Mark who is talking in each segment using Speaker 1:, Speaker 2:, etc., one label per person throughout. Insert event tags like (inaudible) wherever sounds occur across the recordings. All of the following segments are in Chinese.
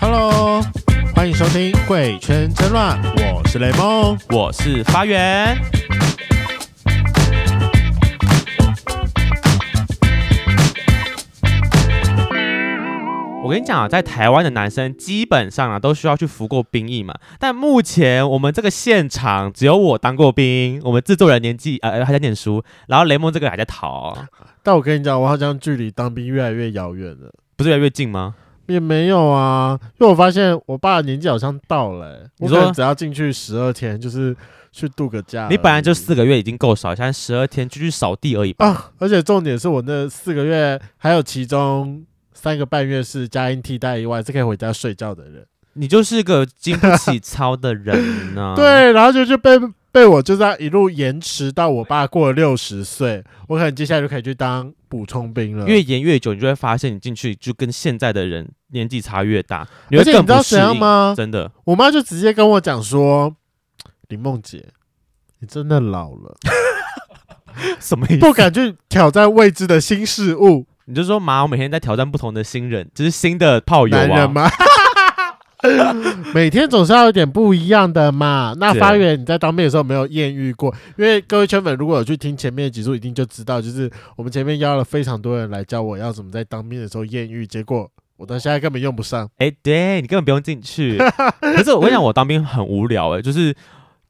Speaker 1: Hello，欢迎收听《贵圈真乱》，我是雷梦。
Speaker 2: 我是发源。我跟你讲啊，在台湾的男生基本上啊都需要去服过兵役嘛，但目前我们这个现场只有我当过兵，我们制作人年纪呃还在念书，然后雷蒙这个还在逃，
Speaker 1: 但我跟你讲，我好像距离当兵越来越遥远了。
Speaker 2: 不是越来越近吗？
Speaker 1: 也没有啊，因为我发现我爸的年纪好像到了、欸，
Speaker 2: 你
Speaker 1: 我
Speaker 2: 说
Speaker 1: 可能只要进去十二天，就是去度个假而已。
Speaker 2: 你本来就四个月已经够少，现在十二天就去扫地而
Speaker 1: (laughs)
Speaker 2: 已吧。
Speaker 1: 啊，而且重点是我那四个月，还有其中三个半月是佳音替代以外，是可以回家睡觉的人。
Speaker 2: 你就是个经不起操的人呢、
Speaker 1: 对，然后就就被被我就这样一路延迟到我爸过了六十岁，我可能接下来就可以去当补充兵了。
Speaker 2: 越延越久，你就会发现你进去就跟现在的人年纪差越大，
Speaker 1: 而
Speaker 2: 你会
Speaker 1: 且你
Speaker 2: 更
Speaker 1: 知道
Speaker 2: 不适
Speaker 1: 怎样
Speaker 2: 应。
Speaker 1: 吗？
Speaker 2: 真的，
Speaker 1: 我妈就直接跟我讲说：“林梦姐，你真的老了，
Speaker 2: 什么意思？
Speaker 1: 不敢去挑战未知的新事物。
Speaker 2: 你就说妈，我每天在挑战不同的新人，就是新的炮友
Speaker 1: 男人
Speaker 2: 啊。
Speaker 1: 吗？ (laughs) 每天总是要有点不一样的嘛。那
Speaker 2: 对啊
Speaker 1: 发源你在当兵的时候没有艳遇过？因为各位圈粉如果有去听前面的集数，一定就知道，就是我们前面邀了非常多人来教我要怎么在当兵的时候艳遇，结果我到现在根本用不上。
Speaker 2: 哎、对你根本不用进去。 (laughs) 可是我跟你讲，我当兵很无聊哎、就是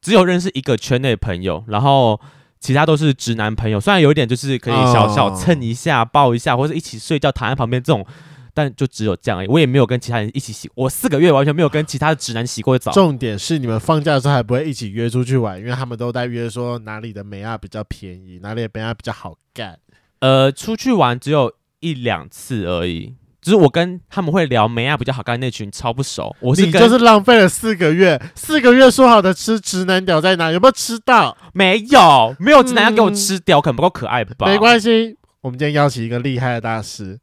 Speaker 2: 只有认识一个圈内朋友，然后其他都是直男朋友。虽然有一点就是可以小小
Speaker 1: 哦
Speaker 2: 蹭一下、抱一下，或者一起睡觉、躺在旁边这种，但就只有这样而已。我也没有跟其他人一起洗，我四个月完全没有跟其他的直男洗过澡。
Speaker 1: 重点是你们放假的时候还不会一起约出去玩，因为他们都在约说哪里的美亚比较便宜，哪里的美啊亚比较好干。
Speaker 2: 呃，出去玩只有一两次而已。只是我跟他们会聊梅亚比较好看的那群超不熟，我是
Speaker 1: 你
Speaker 2: 跟
Speaker 1: 就是浪费了四个月，四个月说好的吃直男屌在哪？有没有吃到？
Speaker 2: 没有没有直男要给我
Speaker 1: 嗯
Speaker 2: 吃掉，可能不够可爱吧？
Speaker 1: 没关系，我们今天邀请一个厉害的大师，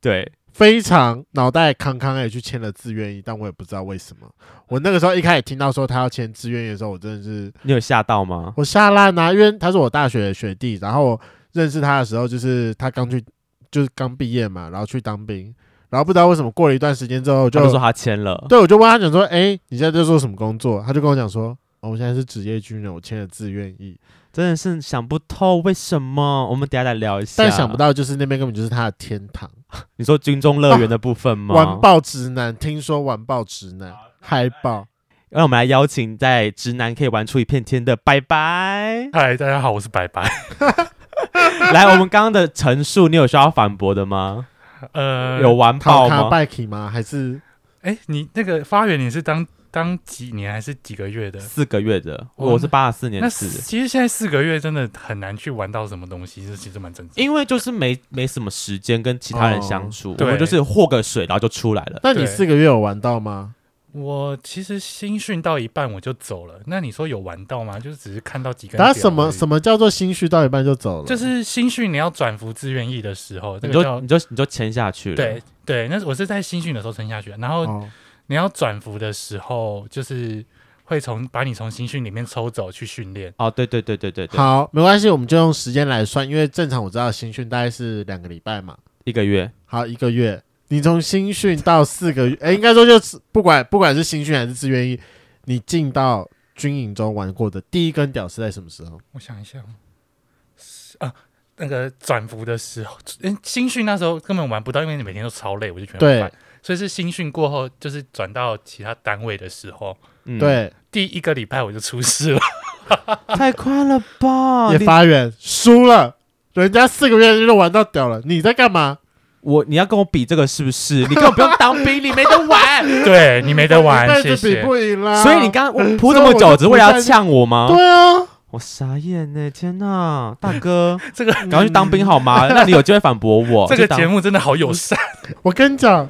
Speaker 2: 对，
Speaker 1: 非常脑袋康康也去签了自愿意，但我也不知道为什么。我那个时候一开始听到说他要签自愿意的时候，我真的是
Speaker 2: 你有吓到吗？
Speaker 1: 我吓烂啊，因为他是我大学的学弟，然后我认识他的时候就是他刚去，就是刚毕业嘛，然后去当兵，然后不知道为什么过了一段时间之后
Speaker 2: 他
Speaker 1: 就
Speaker 2: 就说他签了，
Speaker 1: 对，我就问他讲说，哎、你现在在做什么工作？他就跟我讲说。哦，我现在是职业军人，我签了自愿意，
Speaker 2: 真的是想不透为什么。我们等一下再聊一下。
Speaker 1: 但想不，到就是那边根本就是他的天堂。
Speaker 2: 你说军中乐园的部分吗？
Speaker 1: 啊完爆直男，听说完爆直男，嗨爆！
Speaker 2: 让我们来邀请在直男可以玩出一片天的拜拜。
Speaker 1: (laughs)
Speaker 3: 嗨，大家好，我是白白。
Speaker 2: 来，我们刚刚的陈述，你有需要反驳的吗？
Speaker 3: 呃，
Speaker 2: 有，玩
Speaker 1: 考
Speaker 2: 爆
Speaker 1: 卡
Speaker 2: 吗？
Speaker 1: 拜 k 吗？还是
Speaker 3: 哎、你那个发源你是当当几年还是几个月的？
Speaker 2: 四个月的，
Speaker 3: 我
Speaker 2: 我是八十四年
Speaker 3: 那
Speaker 2: 次的。
Speaker 3: 其实现在四个月真的很难去玩到什么东西，这其实蛮正常。
Speaker 2: 因为就是没没什么时间跟其他人相处，我们
Speaker 3: 哦对
Speaker 2: 就是和个水，然后就出来了。
Speaker 1: 那你
Speaker 3: 对
Speaker 1: 四个月有玩到吗？
Speaker 3: 我其实新训到一半我就走了，那你说有玩到吗？就是只是看到几根。
Speaker 1: 他什么什
Speaker 3: 么？
Speaker 1: 么叫做心虚到一半就走了？
Speaker 3: 啊就是新训你要转服志愿役的时候，这
Speaker 2: 你
Speaker 3: 个
Speaker 2: 就
Speaker 3: 叫
Speaker 2: 你就你就签下去了。
Speaker 3: 对，对，那我是在新训的时候撑下去的，啊然后
Speaker 1: 哦，
Speaker 3: 你要转服的时候，就是会从把你从新训里面抽走去训练。
Speaker 2: 哦，对对对对对对，
Speaker 1: 好，没关系，我们就用时间来算，因为正常我知道新训大概是两个礼拜嘛，
Speaker 2: 一个月
Speaker 1: 好一个月。你从新训到四个月，哎、应该说就是不管不管是新训还是自愿役，你进到军营中玩过的第一根屌是在什么时候？
Speaker 3: 我想一下哦，是啊，那个转服的时候，嗯，新训那时候根本玩不到，因为你每天都超累，我就全部
Speaker 1: 对
Speaker 3: 翻。所以是新训过后，就是转到其他单位的时候，
Speaker 2: 嗯，
Speaker 1: 对，
Speaker 3: 第一个礼拜我就出事
Speaker 1: (laughs)
Speaker 3: 了。
Speaker 2: 太快了吧！
Speaker 1: 也
Speaker 2: 哦你
Speaker 1: 发源输了，人家四个月就玩到屌了，你在干嘛？
Speaker 2: 我你要跟我比这个是不是？ (laughs) 你根本不用当兵，你没得玩。
Speaker 1: (laughs)
Speaker 3: 对你没得玩，
Speaker 1: 但
Speaker 3: 谢
Speaker 1: 是比
Speaker 3: 谢。
Speaker 1: 不赢啦。
Speaker 2: 所以你刚刚
Speaker 1: 嗯
Speaker 2: 铺这么
Speaker 1: 所以我
Speaker 2: 久，
Speaker 1: 就
Speaker 2: 只为了
Speaker 1: 不在
Speaker 2: 要呛我吗？
Speaker 1: 对啊，
Speaker 2: 我傻眼呢！天哪，大
Speaker 1: (laughs)
Speaker 2: 哥，
Speaker 3: 这个
Speaker 2: 赶快去当兵啊好吗？那你有机会反驳我。
Speaker 3: (laughs) 这
Speaker 2: 就
Speaker 3: 个
Speaker 2: 当
Speaker 3: 节目真的好友善，
Speaker 1: 我跟你讲，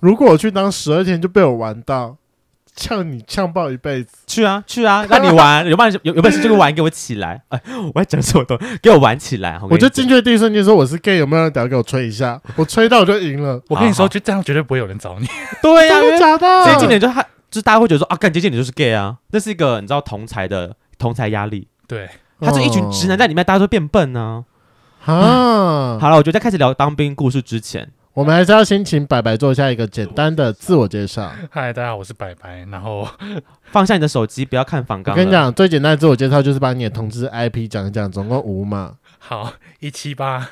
Speaker 1: 如果我去当十二天就被我玩到，呛你呛爆一辈子。
Speaker 2: 去啊去啊，让你玩， (laughs) 有本事有有本事这个玩给我起来！哎，我要讲什么东西？给我玩起来！
Speaker 1: 我就
Speaker 2: 就
Speaker 1: 进去的第一瞬间说我是 gay，有没有人屌给我吹一下？
Speaker 2: (laughs)
Speaker 1: 我吹到我就赢了。
Speaker 3: 我跟你
Speaker 2: 好好
Speaker 3: 说，就这样绝对不会有人找你。
Speaker 2: 对呀、
Speaker 1: 真的
Speaker 2: 因为
Speaker 1: 假的？
Speaker 2: 接近点就他，就是大家会觉得说啊，干接近点就是 gay 啊，那是一个你知道同才的同才压力，
Speaker 3: 对，
Speaker 1: 哦
Speaker 2: 他是一群直男在里面，大家都变笨啊。
Speaker 1: 啊，
Speaker 2: 好了，我觉得在开始聊当兵故事之前，
Speaker 1: 我们还是要先请白白做下一个简单的自我介绍。
Speaker 3: 嗨，大家好，我是白白。然后
Speaker 2: 放下你的手机，不要看反
Speaker 1: 我
Speaker 2: 纲。
Speaker 1: 跟你，讲，最简单的自我介绍就是把你的同志 IP 讲一讲，总共五码。
Speaker 3: 好，一七八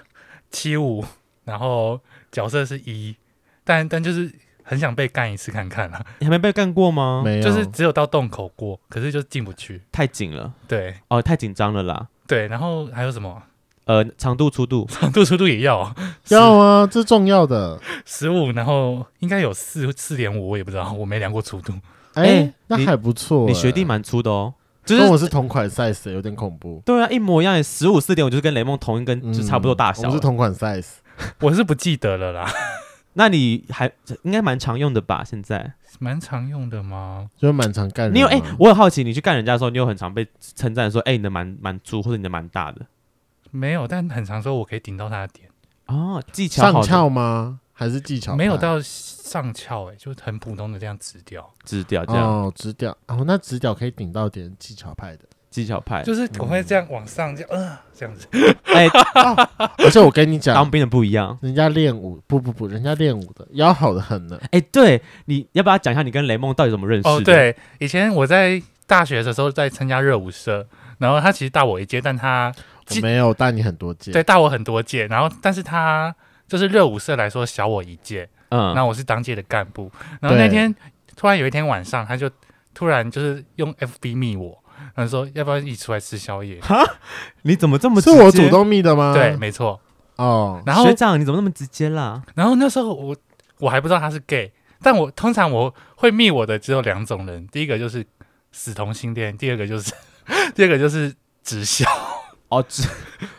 Speaker 3: 七五，然后角色是一，但但就是很想被干一次看看啊啦，
Speaker 2: 你还没被干过吗？
Speaker 1: 没有，
Speaker 3: 就是只有到洞口过，可是就进不去。
Speaker 2: 太紧了，
Speaker 3: 对
Speaker 2: 哦，太紧张了啦。
Speaker 3: 对，然后还有什么 (laughs)
Speaker 2: 呃，长度、粗度，
Speaker 3: 长度、粗度也要
Speaker 1: (laughs) 要啊，这重要的。
Speaker 3: 十五，15, 然后应该有四四点五，我也不知道，我没量过粗度。 (laughs)
Speaker 1: 哎、
Speaker 2: 哎
Speaker 1: 那
Speaker 2: 你
Speaker 1: 还不错、
Speaker 2: 你学弟
Speaker 1: 哎
Speaker 2: 蛮粗的哦，就
Speaker 1: 跟
Speaker 2: 是
Speaker 1: 我是同款 size，的有点恐怖。
Speaker 2: 对啊，一模一样，十五四点，我就是跟雷梦同一根，就差不多大
Speaker 1: 嗯我
Speaker 2: 小
Speaker 1: 们是
Speaker 2: 了。
Speaker 1: 同款 size。
Speaker 3: 我是不记得了啦，
Speaker 2: 那你还应该蛮常用的吧？现在
Speaker 3: 蛮常用的吗？
Speaker 1: 就蛮常干人。
Speaker 2: 你有哎，我很好奇，你去干人家的时候，你有很常被称赞说，哎，你的蛮蛮粗，或者你的蛮大的
Speaker 3: 没有，但很常说我可以顶到他的点，
Speaker 2: 哦，技巧
Speaker 1: 上
Speaker 2: 好的
Speaker 1: 翘吗？还是技巧派？
Speaker 3: 没有到上翘哎、欸，就很普通的这样直掉。
Speaker 2: 直掉啊这样，
Speaker 1: 哦，直屌哦，那直屌可以顶到点技巧派的。
Speaker 2: 技巧
Speaker 1: 哎
Speaker 2: 派，
Speaker 3: 就是我会这样往上，这样，嗯、这样子。
Speaker 1: (laughs)
Speaker 2: 哎，
Speaker 1: 啊而且我跟你讲
Speaker 2: 当，兵的不一样。
Speaker 1: 人家练武不不不，人家练武的腰好的很呢。
Speaker 2: 哎，对，你要不要讲一下你跟雷梦到底怎么认识的？
Speaker 3: 哦，，对，以前我在大学的时候在参加热舞社，然后他其实大我一届，但他
Speaker 1: 我
Speaker 3: 其
Speaker 1: 没有大你很多届，
Speaker 3: 对大我很多届，然后但是他就是热舞社来说小我一届，然
Speaker 2: 嗯，
Speaker 3: 后我是当届的干部，然后那
Speaker 1: 对
Speaker 3: 天突然有一天晚上，他就突然就是用 FB 密我，然后说要不要一起出来吃宵夜？
Speaker 2: 你怎么这么
Speaker 1: 是
Speaker 2: 直
Speaker 1: 我
Speaker 2: 接
Speaker 1: 主动密的吗？
Speaker 3: 对，，没错。
Speaker 1: 哦，
Speaker 3: 然后
Speaker 2: 学长，你怎么那么直接啦？
Speaker 3: 然后那时候我我还不知道他是 gay，但我通常我会密我的只有两种人，第一个就是死同性恋，第二个就是 (laughs) 第二个就是直销。
Speaker 2: 哦，直，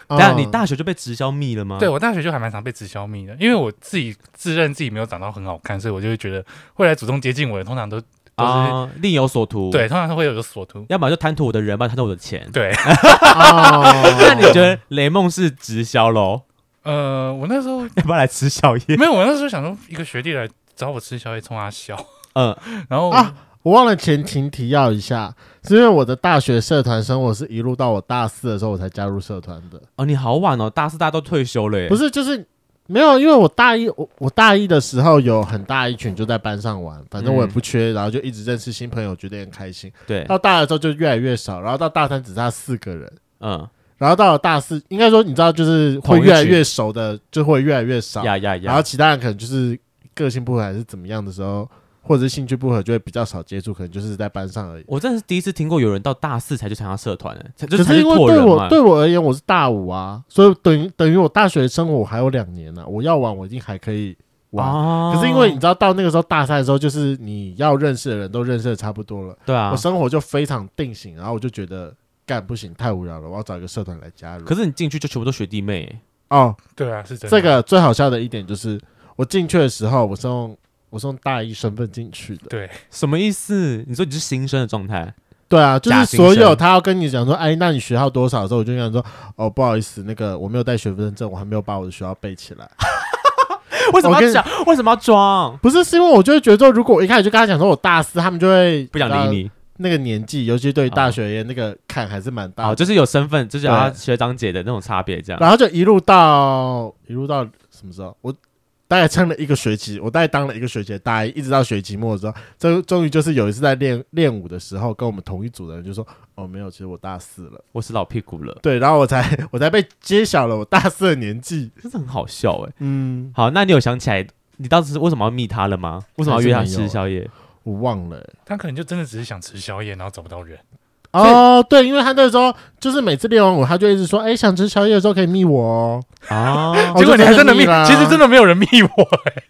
Speaker 1: 哦
Speaker 2: (laughs) 等下你大学就被直销密了吗？
Speaker 3: 对，我大学就还蛮常被直销蜜的，因为我自己自认自己没有长到很好看，所以我就会觉得会来主动接近我的，通常都都是、
Speaker 2: 啊，另有所图。
Speaker 3: 对，，通常都会有个所图。
Speaker 2: 要么就贪图我的人，要么贪图我的钱。
Speaker 3: 对，
Speaker 1: 哦，
Speaker 2: (laughs) 那你觉得雷梦是直销喽？
Speaker 3: 呃，我那时候
Speaker 2: (laughs) 要不要来吃宵夜？
Speaker 3: 没有，我那时候想说一个学弟来找我吃宵夜，冲他笑，
Speaker 2: 嗯，
Speaker 3: 然后我、
Speaker 1: 啊我忘了前情提要一下，是因为我的大学社团生活是一路到我大四的时候我才加入社团的，
Speaker 2: 哦，你好晚哦，大四大家都退休了耶。
Speaker 1: 不
Speaker 2: 是，
Speaker 1: 是就是没有，因为我大一我我大一的时候有很大一群就在班上玩，反
Speaker 2: 嗯
Speaker 1: 正我也不缺，然后就一直认识新朋友，觉得很开心。
Speaker 2: 对，
Speaker 1: 到大二之后就越来越少，然后到大三只差四个人，
Speaker 2: 嗯，
Speaker 1: 然后到了大四，应该说你知道就是会
Speaker 2: 同一
Speaker 1: 越来
Speaker 2: 群
Speaker 1: 越熟的就会越来越少，
Speaker 2: 呀呀
Speaker 1: 啊然后
Speaker 2: 呀，
Speaker 1: 其他人可能就是个性不合还是怎么样的时候，或者是兴趣不合就会比较少接触，可能就是在班上而已。
Speaker 2: 我真的是第一次听过有人到大四才去参加社团，哎才就
Speaker 1: 可
Speaker 2: 才
Speaker 1: 是因为
Speaker 2: 拓
Speaker 1: 对
Speaker 2: 人
Speaker 1: 我
Speaker 2: 嘛。
Speaker 1: 对我而言，我是大五啊，所以等于等于我大学生活我还有两年呢、我要玩我一定还可以玩。
Speaker 2: 哦
Speaker 1: 可是因为你知道到那个时候大三的时候，就是你要认识的人都认识的差不多了，
Speaker 2: 对啊
Speaker 1: 我，生活就非常定型，然后我就觉得干不行，太无聊了，我要找一个社团来加入。
Speaker 2: 可是你进去就全部都学弟妹耶，
Speaker 1: 哦，
Speaker 3: 对啊，是真的。
Speaker 1: 这个最好笑的一点就是，我进去的时候我是用我是用大一身份进去的。
Speaker 3: 对，
Speaker 2: 什么意思？你说你是新生的状
Speaker 1: (laughs)
Speaker 2: 态？
Speaker 1: 对啊，就
Speaker 2: 假
Speaker 1: 是
Speaker 2: 新
Speaker 1: 所有
Speaker 2: 生
Speaker 1: 他要跟你讲说，哎，那你学校多少的时候，我就跟他说，哦，不好意思，那个我没有带学分证，我还没有把我的学校背起来。
Speaker 2: 为什么
Speaker 1: 我跟
Speaker 2: 要
Speaker 1: 你
Speaker 2: 讲？ (laughs) 为什么要装？
Speaker 1: (laughs) 不是，是因为我就会觉得说，如果我一开始就跟他讲说我大四，他们就会呃
Speaker 2: 不想理。你
Speaker 1: 那个年纪，尤其对于
Speaker 2: 哦
Speaker 1: 大学而言，那个坎还是蛮大
Speaker 2: 哦，
Speaker 1: 的。
Speaker 2: 就是有身份，就是要
Speaker 1: 对
Speaker 2: 学长姐的那种差别，
Speaker 3: 啊
Speaker 2: 这样。
Speaker 1: 然后就一路到一路到什么时候？我大概撑了一个学期，我大概当了一个学期的大一，一直到学期末的时候，终终于就是有一次在练练舞的时候，跟我们同一组的人就说：“哦，没有，其实我大四了。
Speaker 2: 我是老屁股”了，
Speaker 1: 对，然后我才我才被揭晓了我大四的年纪。
Speaker 2: 真的很好笑哎。
Speaker 1: 嗯，
Speaker 2: 好，那你有想起来你当时为什么要密他了吗？为什么要约他吃宵
Speaker 1: (laughs)
Speaker 2: 夜？
Speaker 1: 我忘了欸、
Speaker 3: 他可能就真的只是想吃宵夜，然后找不到人。
Speaker 1: 哦，对，因为他那时候就是每次练完舞，他就一直说：“哎，想吃宵夜的时候可以密我哦。
Speaker 2: 啊，
Speaker 1: 哦”
Speaker 3: 结果你还真的密，
Speaker 1: 啦
Speaker 3: 其实真的没有人密我。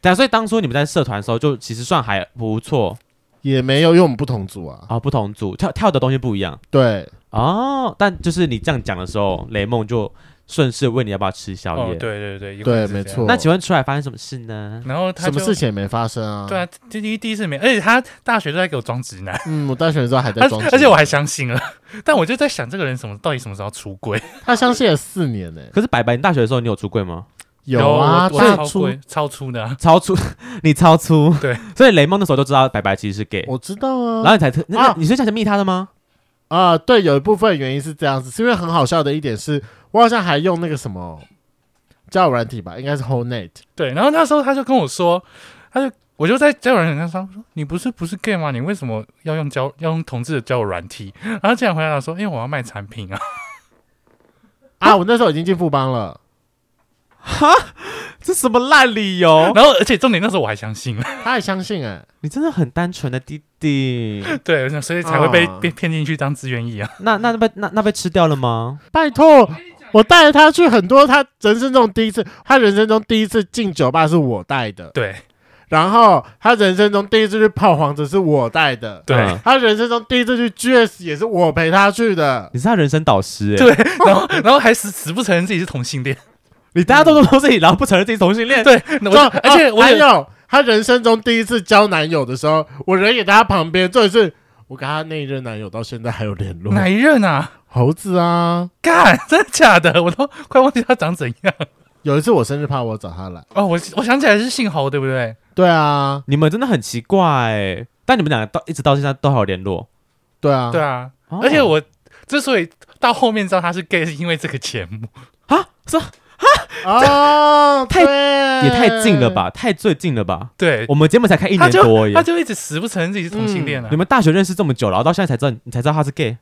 Speaker 2: 对啊，所以当初你们在社团的时候，就其实算还不错
Speaker 1: 也没有，因为我们不同组啊。
Speaker 2: 啊，不同组跳跳的东西不一样
Speaker 1: 对，
Speaker 2: 哦。但就是你这样讲的时候，雷梦就顺势问你要不要吃宵
Speaker 3: 哦，
Speaker 2: 夜。
Speaker 3: 对对对，有可
Speaker 1: 对
Speaker 3: 能是
Speaker 1: 没
Speaker 3: 这样
Speaker 1: 错
Speaker 2: 那请问出来发生什么事呢？
Speaker 3: 然后他
Speaker 1: 什么
Speaker 3: 就
Speaker 1: 事情也没发生啊。
Speaker 3: 对啊，第第一第一次没，而且他大学都在给我装直男，
Speaker 1: 嗯，我大学的时候还在
Speaker 3: 而
Speaker 1: 装
Speaker 3: 且
Speaker 1: 直男，
Speaker 3: 而且我还相信了，但我就在想这个人什么到底什么时候出轨？
Speaker 1: 他相信了四年欸呢、
Speaker 2: 可是白白，你大学的时候你有出柜吗？
Speaker 1: 啊，
Speaker 3: 我我
Speaker 1: 大
Speaker 3: 超
Speaker 1: 出
Speaker 3: 贵超出的啊，
Speaker 2: 超出， (laughs) 你超出。
Speaker 3: 对，
Speaker 2: (laughs) 所以雷梦那时候就知道白白其实是 gay，
Speaker 1: 我知道
Speaker 2: 然后
Speaker 1: 啊
Speaker 2: 你才特那
Speaker 1: 啊
Speaker 2: 那你是想想密他的吗？
Speaker 1: 啊，对，有一部分原因是这样子，是因为很好笑的一点是，我好像还用那个什么交友软体吧，应该是 Whole Net。
Speaker 3: 对，然后那时候他就跟我说，他就我就在交友软件上说，你不是不是 gay 吗？你为什么要用交要用同志的交友软体？然后竟然回答说，因为我要卖产品啊。 (laughs)
Speaker 1: 啊，我那时候已经进富邦了，
Speaker 2: 这什么烂理由？
Speaker 3: 然后而且重点那时候我还相信了， (laughs)
Speaker 1: 他还相信哎、
Speaker 2: 你真的很单纯的弟弟。 (laughs)
Speaker 3: 对，所以才会被
Speaker 1: 啊
Speaker 3: 被骗进去当志愿役啊。
Speaker 2: 那那被那那被吃掉了吗？
Speaker 1: 拜托，我带着他去很多他人生中第一次，他人生中第一次进酒吧是我带的，
Speaker 3: 对
Speaker 1: 然后他人生中第一次去泡黄子是我带的，
Speaker 3: 对，
Speaker 2: 嗯
Speaker 1: 他人生中第一次去 GS 也是我陪他去的，
Speaker 2: 你是他人生导师、欸，
Speaker 3: 对 (laughs) 然后然后还死死不承认自己是同性恋。 (laughs)
Speaker 2: 你大家都说自己，然后不承认自己同性恋，
Speaker 3: 对，那我就
Speaker 1: 就
Speaker 3: 而且
Speaker 1: 哦
Speaker 3: 我
Speaker 1: 还
Speaker 3: 也
Speaker 1: 有他人生中第一次交男友的时候，我人也在他旁边，这一次我跟他那一任男友到现在还有联络，
Speaker 3: 哪一任啊？
Speaker 1: 猴子啊。
Speaker 3: 干， (laughs) 真的假的？我都快忘记他长怎样。
Speaker 1: 有一次我生日趴，我找他来。
Speaker 3: 哦，我我想起来是姓侯，对不对？
Speaker 1: 对啊，
Speaker 2: 你们真的很奇怪、欸。但你们两个到一直到现在都还有联络，
Speaker 1: 对啊，
Speaker 3: 对啊，
Speaker 2: 哦
Speaker 3: 而且我之所以到后面知道他是 gay，是因为这个节目。
Speaker 2: 啊，这
Speaker 1: 哦，
Speaker 2: 太
Speaker 1: 对
Speaker 2: 也太近了？吧，太最近了吧？
Speaker 3: 呃对，
Speaker 2: 我们节目才开一
Speaker 3: 他
Speaker 2: 年多嗯
Speaker 3: 就
Speaker 2: 耶
Speaker 3: 他，就一直死不承认自己是同性恋啊
Speaker 2: 你，们大学认识这么久了，然后到现在才知道你才知道他是 gay，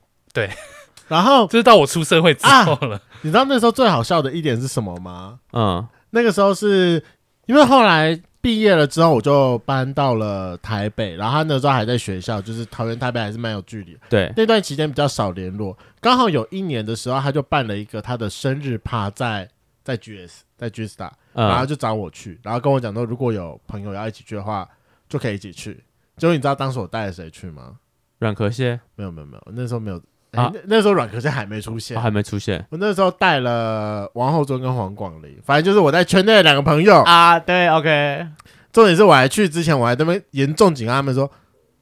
Speaker 1: 然后
Speaker 3: 就是到我出社会之后了。
Speaker 1: 你知道那时候最好笑的一点是什么吗？
Speaker 2: 嗯，
Speaker 1: 那个时候是因为后来毕业了之后，我就搬到了台北，然后他那时候还在学校，就是桃园台北还是蛮有距离。
Speaker 2: 对，
Speaker 1: 那段期间比较少联络，刚好有一年的时候，他就办了一个他的生日趴在在 GS 在 G Star，然后
Speaker 2: 嗯，
Speaker 1: 就找我去，然后跟我讲说如果有朋友要一起去的话，就可以一起去。结果你知道当时我带了谁去吗？
Speaker 2: 软壳蟹、
Speaker 1: 没有没有没有，那时候没有，哎
Speaker 2: 啊
Speaker 1: 那那时候软壳蟹还没出现
Speaker 2: 哦、。还没出现
Speaker 1: 我那时候带了王后尊跟黄广林，反正就是我在圈内的两个朋友。
Speaker 2: 啊，对，OK，
Speaker 1: 重点是我还去之前，我还在那边严重警告他们说，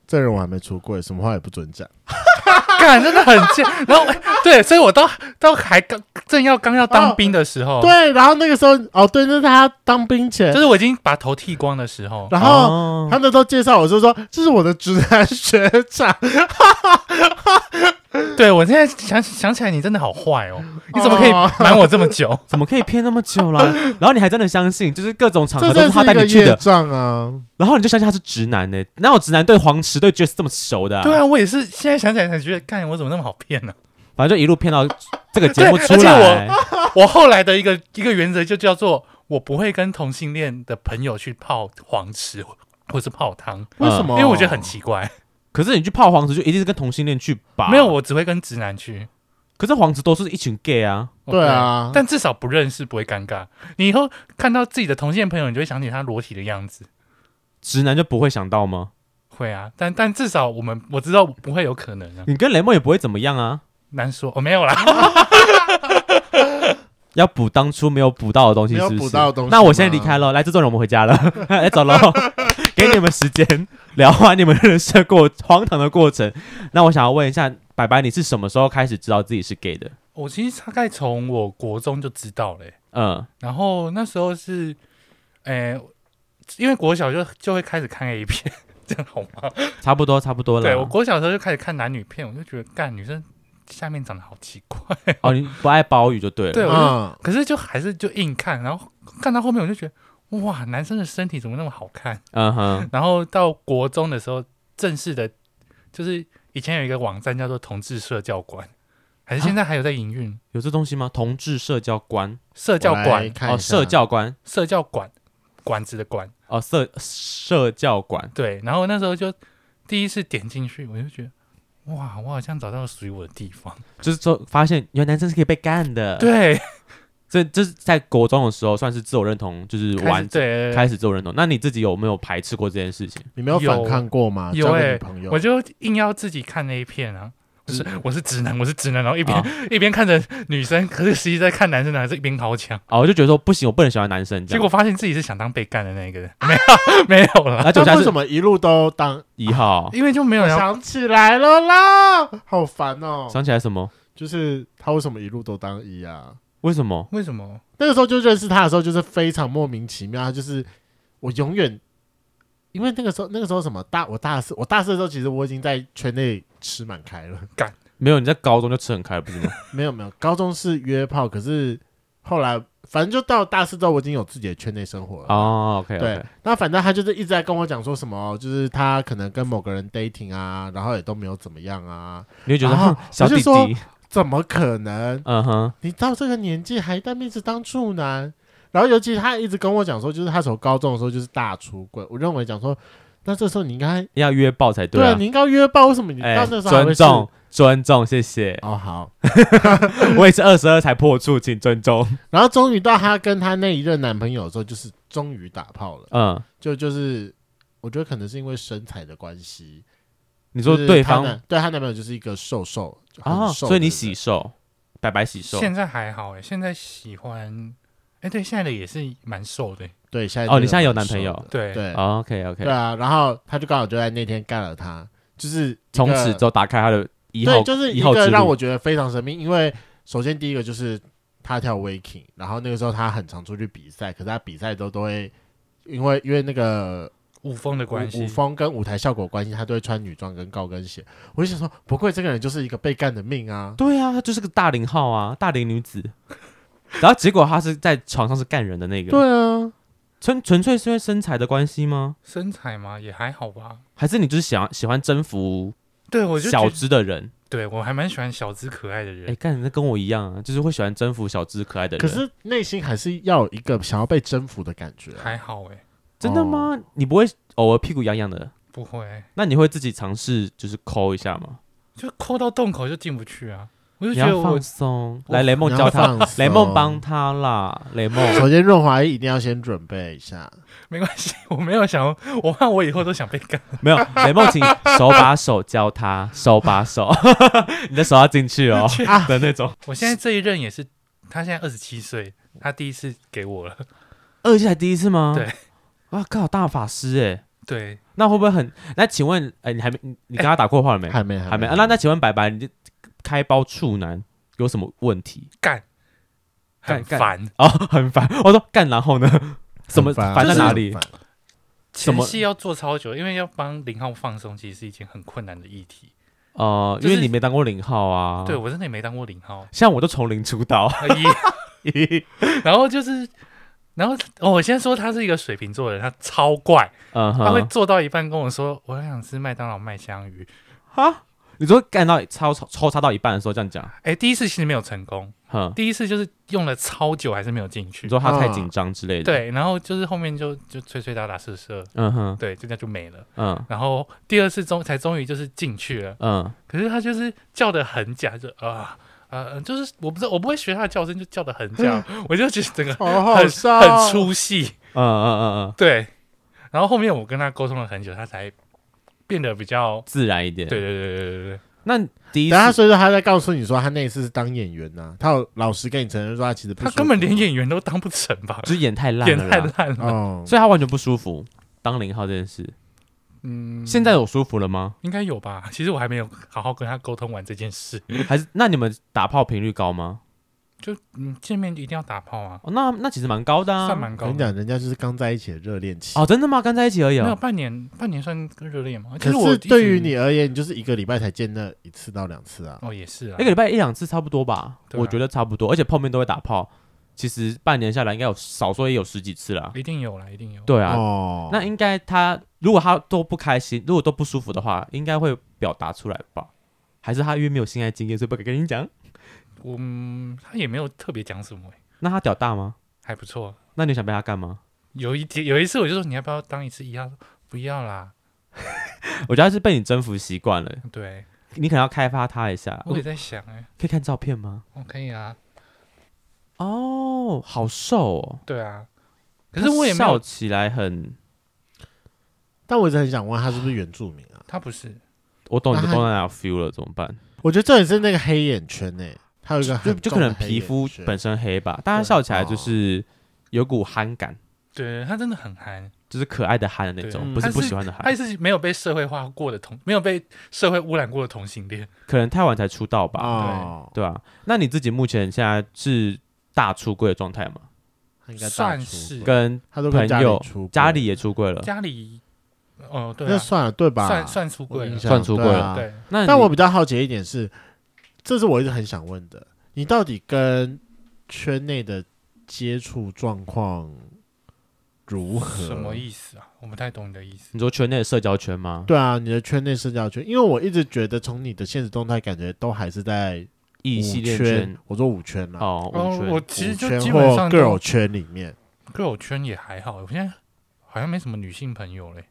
Speaker 1: 这人我还没出柜，什么话也不准讲。啊
Speaker 3: (laughs) 干，真的很贱。然后哎对，所以我到到还刚正要刚要当兵的时候，，
Speaker 1: 对，然后那个时候，哦，对，那是他当兵前
Speaker 3: 就，是我已经把头剃光的时候。
Speaker 1: 然后
Speaker 2: 哦
Speaker 1: 他们都介绍我是说这是我的直男学
Speaker 2: (laughs)
Speaker 1: 长，
Speaker 3: 对我现在想想起来，你真的好坏哦，你怎么可以
Speaker 1: 哦
Speaker 3: 瞒我这么
Speaker 2: (laughs)
Speaker 3: 久？
Speaker 2: 怎么可以骗那么
Speaker 1: (laughs)
Speaker 2: 久啦？然后你还真的相信，就是各种场合
Speaker 1: 这
Speaker 2: 都
Speaker 1: 真
Speaker 2: 是他
Speaker 1: 是一
Speaker 2: 带
Speaker 1: 个
Speaker 2: 你去
Speaker 1: 业
Speaker 2: 的，
Speaker 1: 障啊！
Speaker 2: 然后你就相信他是直男呢、哪有直男对黄池对 Jess 这么熟的、
Speaker 3: 对，啊，我也是现在想起来才觉得，干我怎么那么好骗呢、
Speaker 2: 反正就一路骗到这个节目出
Speaker 3: 对而且
Speaker 2: 来。
Speaker 1: 啊
Speaker 3: 我后来的一个一个原则就叫做，我不会跟同性恋的朋友去泡黄池或是泡汤，
Speaker 1: 为什
Speaker 2: 嗯
Speaker 1: 么？
Speaker 3: 因为我觉得很奇怪。
Speaker 2: (laughs) 可是你去泡黄池就一定是跟同性恋去
Speaker 1: 啊
Speaker 2: 吧？
Speaker 3: 没有，，我只会跟直男去。
Speaker 2: 可是黄池都是一群 gay 啊。
Speaker 1: 对啊，
Speaker 3: 但至少不认识不会尴尬。你以后看到自己的同性朋友，你就会想起他裸体的样子。
Speaker 2: 直男就不会想到吗？
Speaker 3: 会啊，但但至少我们我知道不会有可能啊，
Speaker 2: 你跟雷梦也不会怎么样啊。
Speaker 3: 难说。我、哦、没有啦， (laughs)
Speaker 2: 要补当初没有补到的东西
Speaker 1: 没
Speaker 2: 是
Speaker 1: 有
Speaker 2: 不是，
Speaker 1: 补到的东西
Speaker 2: 那我现在离开了，来，这种人我们回家了， (laughs) 哎，
Speaker 1: (laughs)
Speaker 2: 走喽，给你们时间聊完你们人生过荒唐的过程。那我想要问一下，白白，你是什么时候开始知道自己是 gay 的？
Speaker 3: 我其实大概从我国中就知道了欸、
Speaker 2: 嗯，
Speaker 3: 然后那时候是，诶、因为国小就就会开始看 A 片， (laughs) 这样好吗？
Speaker 2: 差不多，差不多了。
Speaker 3: 对我国小的时候就开始看男女片，我就觉得干女生下面长得好奇怪， (laughs)
Speaker 2: 哦，你不爱包雨就对了。
Speaker 3: 对，我就
Speaker 1: 嗯，
Speaker 3: 可是就还是就硬看，然后看到后面我就觉得，哇，男生的身体怎么那么好看？
Speaker 2: 嗯哼，
Speaker 3: 然后到国中的时候，正式的，就是以前有一个网站叫做同志社教馆，还是现在还有在营运、
Speaker 2: 有这东西吗？同志社交官
Speaker 3: 社教
Speaker 1: 我来
Speaker 3: 馆，
Speaker 1: 看
Speaker 2: 哦，
Speaker 1: 一下
Speaker 2: 社教官
Speaker 3: 社教馆馆子的馆，
Speaker 2: 哦，社社教官。
Speaker 3: 对。然后那时候就第一次点进去，我就觉得，哇，我好像找到了属于我的地方。
Speaker 2: 就是说发现原来男生是可以被干的。，
Speaker 3: 对，
Speaker 2: 这这是在国中的时候算是自我认同，就是
Speaker 3: 开始
Speaker 2: 完
Speaker 3: 对，
Speaker 2: 开始自我认同。那你自己有没有排斥过这件事情？
Speaker 1: 你没有反抗过吗？
Speaker 3: 有
Speaker 1: 交给
Speaker 3: 欸
Speaker 2: 哎
Speaker 1: 你朋友
Speaker 3: 我，就硬要自己看那一片啊。我是我是直男，我是直男，然后一边、
Speaker 2: 嗯啊
Speaker 3: (laughs) 一边看着女生，可是实际在看男生的，还是一边掏枪。
Speaker 2: 哦，我就觉得说不行，我不能喜欢男生这
Speaker 3: 结
Speaker 2: 样。
Speaker 3: 果发现自己是想当被干的那一
Speaker 2: (laughs)
Speaker 3: 个人，没有没有了。
Speaker 2: 那就
Speaker 1: 但
Speaker 2: 像
Speaker 1: 为
Speaker 2: 是哎
Speaker 1: 什么哎一路都当？
Speaker 2: 一号，
Speaker 3: 因为就没有
Speaker 1: 我
Speaker 3: 人要
Speaker 1: 想起来了啦，好烦哦！
Speaker 2: 想起来什么？
Speaker 1: 就是他为什么一路都当一啊？
Speaker 2: 为什么？
Speaker 3: 为什么？
Speaker 1: 那个时候就认识他的时候，就是非常莫名其妙，他就是我永远。因为那个时候，那个时候什么大我大四，我大四的时候，其实我已经在圈内吃满开了。 (laughs)
Speaker 2: 没有，你在高中就吃很开，不是吗？
Speaker 1: 没有没有，高中是约炮，可是后来反正就到大四之后，我已经有自己的圈内生活了。
Speaker 2: 哦，OK，
Speaker 1: 对，那反正他就是一直在跟我讲说什么，就是他可能跟某个人 dating 啊，然后也都没有怎么样啊，
Speaker 2: 你会觉得
Speaker 1: 然后
Speaker 2: 哼小
Speaker 1: 我就
Speaker 2: 弟
Speaker 1: 说
Speaker 2: 弟，
Speaker 1: 怎么可能？
Speaker 2: 嗯哼，
Speaker 1: 你到这个年纪还在一直当处男，然后尤其他一直跟我讲说，就是他从高中的时候就是大出轨，我认为讲说，那这时候你应该
Speaker 2: 要约爆才
Speaker 1: 对
Speaker 2: 啊，
Speaker 1: 你应该约炮，为什么你
Speaker 2: 哎
Speaker 1: 到那时候还
Speaker 2: 尊
Speaker 1: 会是？
Speaker 2: 重尊重，谢谢。
Speaker 1: 哦好，
Speaker 2: 我也是二十二才破处，请尊重。
Speaker 1: 然后终于到她跟她那一任男朋友的时候，就是终于打炮了，
Speaker 2: 嗯，
Speaker 1: 就就是我觉得可能是因为身材的关系，
Speaker 2: 你
Speaker 1: 你
Speaker 2: 说对方
Speaker 1: 对她男朋友就是一个瘦瘦
Speaker 2: 啊，
Speaker 1: 很瘦
Speaker 2: 所以你
Speaker 1: 的
Speaker 2: 洗
Speaker 1: 人
Speaker 2: 瘦，白白洗瘦。
Speaker 3: 现在还好哎，现在喜欢，哎，对，现在的也是蛮瘦的，欸
Speaker 1: 对现在
Speaker 2: 哦
Speaker 1: 这个
Speaker 2: 你现在有
Speaker 1: 蛮
Speaker 2: 男
Speaker 1: 瘦
Speaker 2: 朋友
Speaker 1: 的
Speaker 3: 对
Speaker 1: 对
Speaker 2: OK OK，
Speaker 1: 对啊，然后他就刚好就在那天干了他，就是一
Speaker 2: 从
Speaker 1: 个
Speaker 2: 此之后打开他的以后
Speaker 1: 对，就是
Speaker 2: 以
Speaker 1: 一
Speaker 2: 后之
Speaker 1: 个
Speaker 2: 路
Speaker 1: 让我觉得非常神秘。因为首先第一个就是他跳 waking，然后那个时候他很常出去比赛，可是他比赛都都会因为因为那个
Speaker 3: 舞风的关
Speaker 1: 舞
Speaker 3: 系
Speaker 1: 舞，风跟舞台效果关系，他都会穿女装跟高跟鞋。我就想说，不愧这个人就是一个被干的命啊！
Speaker 2: 对啊，她就是个大龄号啊，大龄女子。 (laughs) 然后结果她是在床上是干人的那个，
Speaker 1: 对啊，
Speaker 2: 纯纯粹是因为身材的关系吗？
Speaker 3: 身材嘛也还好吧。
Speaker 2: 还是你就是想喜欢征服
Speaker 3: 对，我就觉
Speaker 2: 小
Speaker 3: 得
Speaker 2: 只的人？
Speaker 3: 对我还蛮喜欢小资可爱的
Speaker 2: 哎，
Speaker 3: 人，
Speaker 2: 干，那跟我一样啊，就是会喜欢征服小只可爱的人。
Speaker 1: 可是内心还是要有一个想要被征服的感觉啊、
Speaker 2: (laughs)
Speaker 3: 还好哎，
Speaker 2: 真
Speaker 1: 哦
Speaker 2: 的吗？你不会偶尔屁股痒痒的？
Speaker 3: 不会，
Speaker 2: 那你会自己尝试就是抠一下吗？
Speaker 3: 就抠到洞口就进不去啊。我就
Speaker 2: 你
Speaker 3: 觉得
Speaker 2: 要
Speaker 3: 我
Speaker 2: 放松，
Speaker 1: 我
Speaker 2: 来雷梦
Speaker 1: 你
Speaker 2: 教
Speaker 1: 要
Speaker 2: 他，
Speaker 1: 放
Speaker 2: 雷梦
Speaker 1: 松
Speaker 2: 帮。他啦，雷梦。
Speaker 1: 首先，润滑液一定要先准备一下。
Speaker 3: 没关系， (laughs) 我没有想要，我怕我以后都想被干。 (laughs)
Speaker 2: 没有，雷梦请手把手教他，手把手， (laughs) 你的手要进去哦的那
Speaker 3: (laughs)
Speaker 2: 种。
Speaker 3: 我现在这一任也是，他现在二十七岁，他第一次给我了。
Speaker 2: 二季才第一次吗？
Speaker 3: 对，
Speaker 2: 哇靠，大法师哎，
Speaker 3: 对，
Speaker 2: 那会不会很？那请问，哎，你还没你你跟他打过话了没？
Speaker 1: 还没，
Speaker 2: 还没啊？那那请问白白，你这开包处男有什么问题？
Speaker 3: 干，
Speaker 2: 干
Speaker 3: 很烦。
Speaker 2: 哦， (laughs) 很烦。我说干，然后呢？什么
Speaker 1: 很烦啊
Speaker 2: 烦
Speaker 1: 就
Speaker 2: 在
Speaker 1: 是
Speaker 2: 哪
Speaker 1: 很
Speaker 2: 里
Speaker 1: 烦
Speaker 2: 什
Speaker 3: 前
Speaker 2: 么
Speaker 3: 戏要做超久，因为要帮零号放松，其实是一件很困难的议题。
Speaker 2: 哦，因
Speaker 3: 就
Speaker 2: 为
Speaker 3: 是
Speaker 2: 你没当过零号啊。，
Speaker 3: 对，我真的也没当过零号
Speaker 2: 像我都从零出道。
Speaker 3: 呃一然后就是，然后、哦、我先说他是一个水瓶座的人，他超怪，
Speaker 2: 嗯
Speaker 3: 他会
Speaker 2: 哼，
Speaker 3: 做到一半跟我说：“我想吃麦当劳麦香鱼。
Speaker 2: 哈，你说干到超超抽插到一半的时候这样讲，”
Speaker 3: 哎，第一次其实没有成功，
Speaker 2: 哼，
Speaker 3: 第一次就是用了超久还是没有进去
Speaker 2: 你。说他太
Speaker 1: 嗯
Speaker 2: 紧张之类的。，
Speaker 3: 对，然后就是后面就就吹吹打打射射，
Speaker 2: 嗯哼，
Speaker 3: 对，就那就没了。
Speaker 2: 嗯
Speaker 3: 然后第二次终才终于就是进去了，
Speaker 2: 嗯，
Speaker 3: 可是他就是叫的很假，就啊呃，就是我不知道我不会学他的叫声，就叫的很假，我就觉得整
Speaker 2: (laughs)
Speaker 3: 个
Speaker 1: 好
Speaker 3: 很
Speaker 1: 好笑，
Speaker 3: 很出戏。
Speaker 2: 嗯嗯嗯嗯，
Speaker 3: 对，然后后面我跟他沟通了很久，他才变得比较，
Speaker 2: 自然一点。
Speaker 3: 对对，对对对对，
Speaker 2: 那第一
Speaker 1: 等下，
Speaker 2: 次
Speaker 1: 所以说他在告诉你说他那一次是当演员呐、他有老实跟你承认说他其实不
Speaker 3: 他
Speaker 1: 舒服啊
Speaker 3: 根本连演员都当不成吧，
Speaker 2: 就是演太烂
Speaker 3: 演
Speaker 2: 了
Speaker 3: 太
Speaker 2: 啦，
Speaker 3: 烂了。
Speaker 1: 哦，
Speaker 2: 所以他完全不舒服。当零号这件事，
Speaker 3: 嗯，
Speaker 2: 现在有舒服了吗？
Speaker 3: 应该有吧？其实我还没有好好跟他沟通完这件事，
Speaker 2: 还是那你们打炮频率高吗？
Speaker 3: 就嗯见面一定要打炮啊，
Speaker 2: 哦，那那其实蛮高的啊，
Speaker 3: 算蛮
Speaker 1: 我
Speaker 3: 高
Speaker 1: 跟你
Speaker 3: 的。
Speaker 1: 讲，人家就是刚在一起的热恋期。
Speaker 2: 哦，真的吗？刚在一起而已
Speaker 3: 没有
Speaker 2: 哦。
Speaker 3: 半年，半年算热恋吗？
Speaker 1: 可
Speaker 3: 其实我
Speaker 1: 是
Speaker 3: 一直
Speaker 1: 对于你而言，你就是一个礼拜才见那一次到两次啊。
Speaker 3: 哦也是啊
Speaker 2: 一，个礼拜一两次差不多吧，
Speaker 3: 对啊
Speaker 2: 我觉得差不多，而且碰面都会打炮，其实半年下来应该有少说也有十几次了。
Speaker 3: 一定有啦，一定有。
Speaker 2: 对啊，
Speaker 1: 哦，
Speaker 2: 那应该他如果他都不开心，如果都不舒服的话，应该会表达出来吧？还是他因为没有性爱经验，所以不敢跟你讲？
Speaker 3: 我嗯，他也没有特别讲什么、欸，
Speaker 2: 那他屌大吗？
Speaker 3: 还不错。
Speaker 2: 那你想被他干嘛？
Speaker 3: 有一天有一次我就说你要不要当一次一号，不要啦，
Speaker 2: 我觉得他是被你征服习惯了，
Speaker 3: 对
Speaker 2: 你可能要开发他一下。
Speaker 3: 我也在想哎、
Speaker 2: 可以看照片吗？
Speaker 3: 我可以啊，
Speaker 2: 哦，好瘦哦。
Speaker 3: 对啊，可是我也
Speaker 2: 他
Speaker 3: 没
Speaker 2: 笑
Speaker 3: 有，
Speaker 2: 起来很，
Speaker 1: 但我一直很想问他是不是原住民啊？
Speaker 3: 他不是，
Speaker 2: 我懂你的
Speaker 3: 啊
Speaker 1: 那他
Speaker 2: 东南亚 feel 了，怎么办？
Speaker 1: 我觉得这也是那个黑眼圈诶、他有一个
Speaker 2: 就
Speaker 1: 很
Speaker 2: 就可
Speaker 1: 重的
Speaker 2: 能
Speaker 1: 黑
Speaker 2: 皮
Speaker 1: 眼
Speaker 2: 肤
Speaker 1: 圈
Speaker 2: 本身黑吧，但他
Speaker 3: 对
Speaker 2: 笑起来就是
Speaker 1: 哦
Speaker 2: 有股憨感，
Speaker 3: 对他真的很憨，
Speaker 2: 就是可爱的憨的那种，
Speaker 1: 对
Speaker 2: 不是
Speaker 3: 他
Speaker 2: 不
Speaker 3: 是
Speaker 2: 喜欢的
Speaker 3: 他
Speaker 2: 憨
Speaker 3: 也。是没有被社会化过的同，没有被社会污染过的同性恋，
Speaker 2: 可能太晚才出道吧，
Speaker 1: 哦，
Speaker 2: 对啊，那你自己目前现在是大出柜的状态吗？
Speaker 1: 他应该大
Speaker 3: 算
Speaker 1: 出
Speaker 3: 是
Speaker 1: 轨
Speaker 2: 跟
Speaker 1: 他都跟家
Speaker 2: 朋友
Speaker 1: 里出轨
Speaker 2: 家里也出柜了，
Speaker 3: 家里，哦、对、
Speaker 1: 那
Speaker 3: 啊，
Speaker 1: 算了对吧？
Speaker 3: 算算出
Speaker 1: 我
Speaker 3: 柜
Speaker 1: 印
Speaker 3: 了，
Speaker 1: 象
Speaker 2: 算出
Speaker 1: 对
Speaker 2: 轨
Speaker 1: 啊
Speaker 3: 对，
Speaker 2: 那
Speaker 1: 但
Speaker 2: 你
Speaker 1: 我比较好奇的一点是，这是我一直很想问的，你到底跟圈内的接触状况如何？
Speaker 3: 什么意思啊？我不太懂你的意思。
Speaker 2: 你说圈内的社交圈吗？
Speaker 1: 对啊，你的圈内社交圈，因为我一直觉得从你的现实动态感觉都还是在
Speaker 2: 异
Speaker 1: 五
Speaker 2: 性恋
Speaker 1: 圈
Speaker 2: 圈，
Speaker 1: 我说五圈啦，
Speaker 2: 哦，
Speaker 3: 哦
Speaker 2: 五，圈
Speaker 3: 我其实
Speaker 1: 五
Speaker 3: 就
Speaker 1: 圈
Speaker 3: 基本
Speaker 1: 或
Speaker 3: 上
Speaker 1: girl
Speaker 3: 都
Speaker 1: 圈里面，
Speaker 3: girl 圈也还好，我现在好像没什么女性朋友嘞，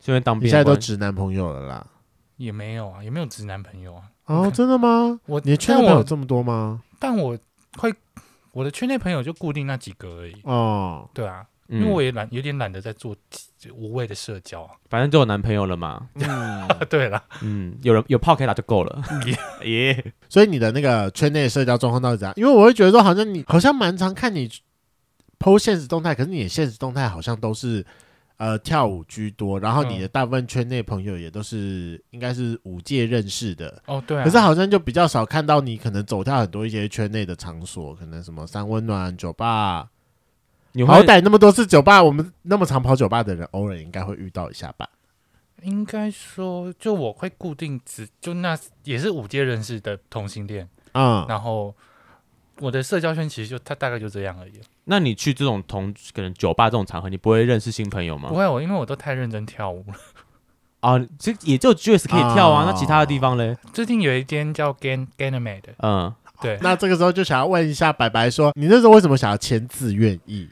Speaker 2: 就会当
Speaker 1: 你
Speaker 2: 兵
Speaker 1: 现在
Speaker 2: 的
Speaker 1: 都
Speaker 2: 关系。
Speaker 1: 直男朋友了啦。
Speaker 3: 也没有啊，也没有直男朋友啊。
Speaker 1: 哦，真的吗？
Speaker 3: 我
Speaker 1: 你的圈内
Speaker 3: 但
Speaker 1: 朋友
Speaker 3: 我
Speaker 1: 这么多吗？
Speaker 3: 但我会我的圈内朋友就固定那几个而已。
Speaker 1: 哦，
Speaker 3: 对啊，因
Speaker 2: 嗯
Speaker 3: 为我也懒，有点懒得在做无谓的社交 (laughs) 啊。
Speaker 2: 反正就有男朋友了嘛，
Speaker 1: (laughs) 嗯，
Speaker 3: 对了，
Speaker 2: 嗯，有人有炮可以打就
Speaker 1: (laughs)
Speaker 2: 够了。耶，
Speaker 1: 所以你的那个圈内社交状况到底怎样？因为我会觉得说，好像你好像蛮常看你 PO 现实动态，可是你的现实动态好像都是呃跳舞居多，然后你
Speaker 3: 嗯
Speaker 1: 的大部分圈内朋友也都是应该是舞界认识的，
Speaker 3: 哦，对啊，
Speaker 1: 可是好像就比较少看到你可能走跳很多一些圈内的场所，可能什么三温暖酒吧，
Speaker 2: (laughs) 你
Speaker 1: 好
Speaker 2: 会
Speaker 1: 歹那么多次酒吧，我们那么常跑酒吧的人，偶尔应该会遇到一下吧。
Speaker 3: 应该说，就我会固定只就那也是五阶人士的同性恋，
Speaker 1: 嗯，
Speaker 3: 然后我的社交圈其实就他大概就这样而已。
Speaker 2: 那你去这种同可能酒吧这种场合，你不会认识新朋友吗
Speaker 3: 不？会，啊我因为我都太认真跳舞了。
Speaker 2: 啊，这也就 Juice 可以跳
Speaker 1: 哦
Speaker 2: 啊，那其他的地方嘞，
Speaker 3: 最近有一间叫 Gan Ganame 的，
Speaker 2: 嗯，
Speaker 3: 对，
Speaker 1: 那这个时候就想要问一下白白说，你那时候为什么想要签自愿意？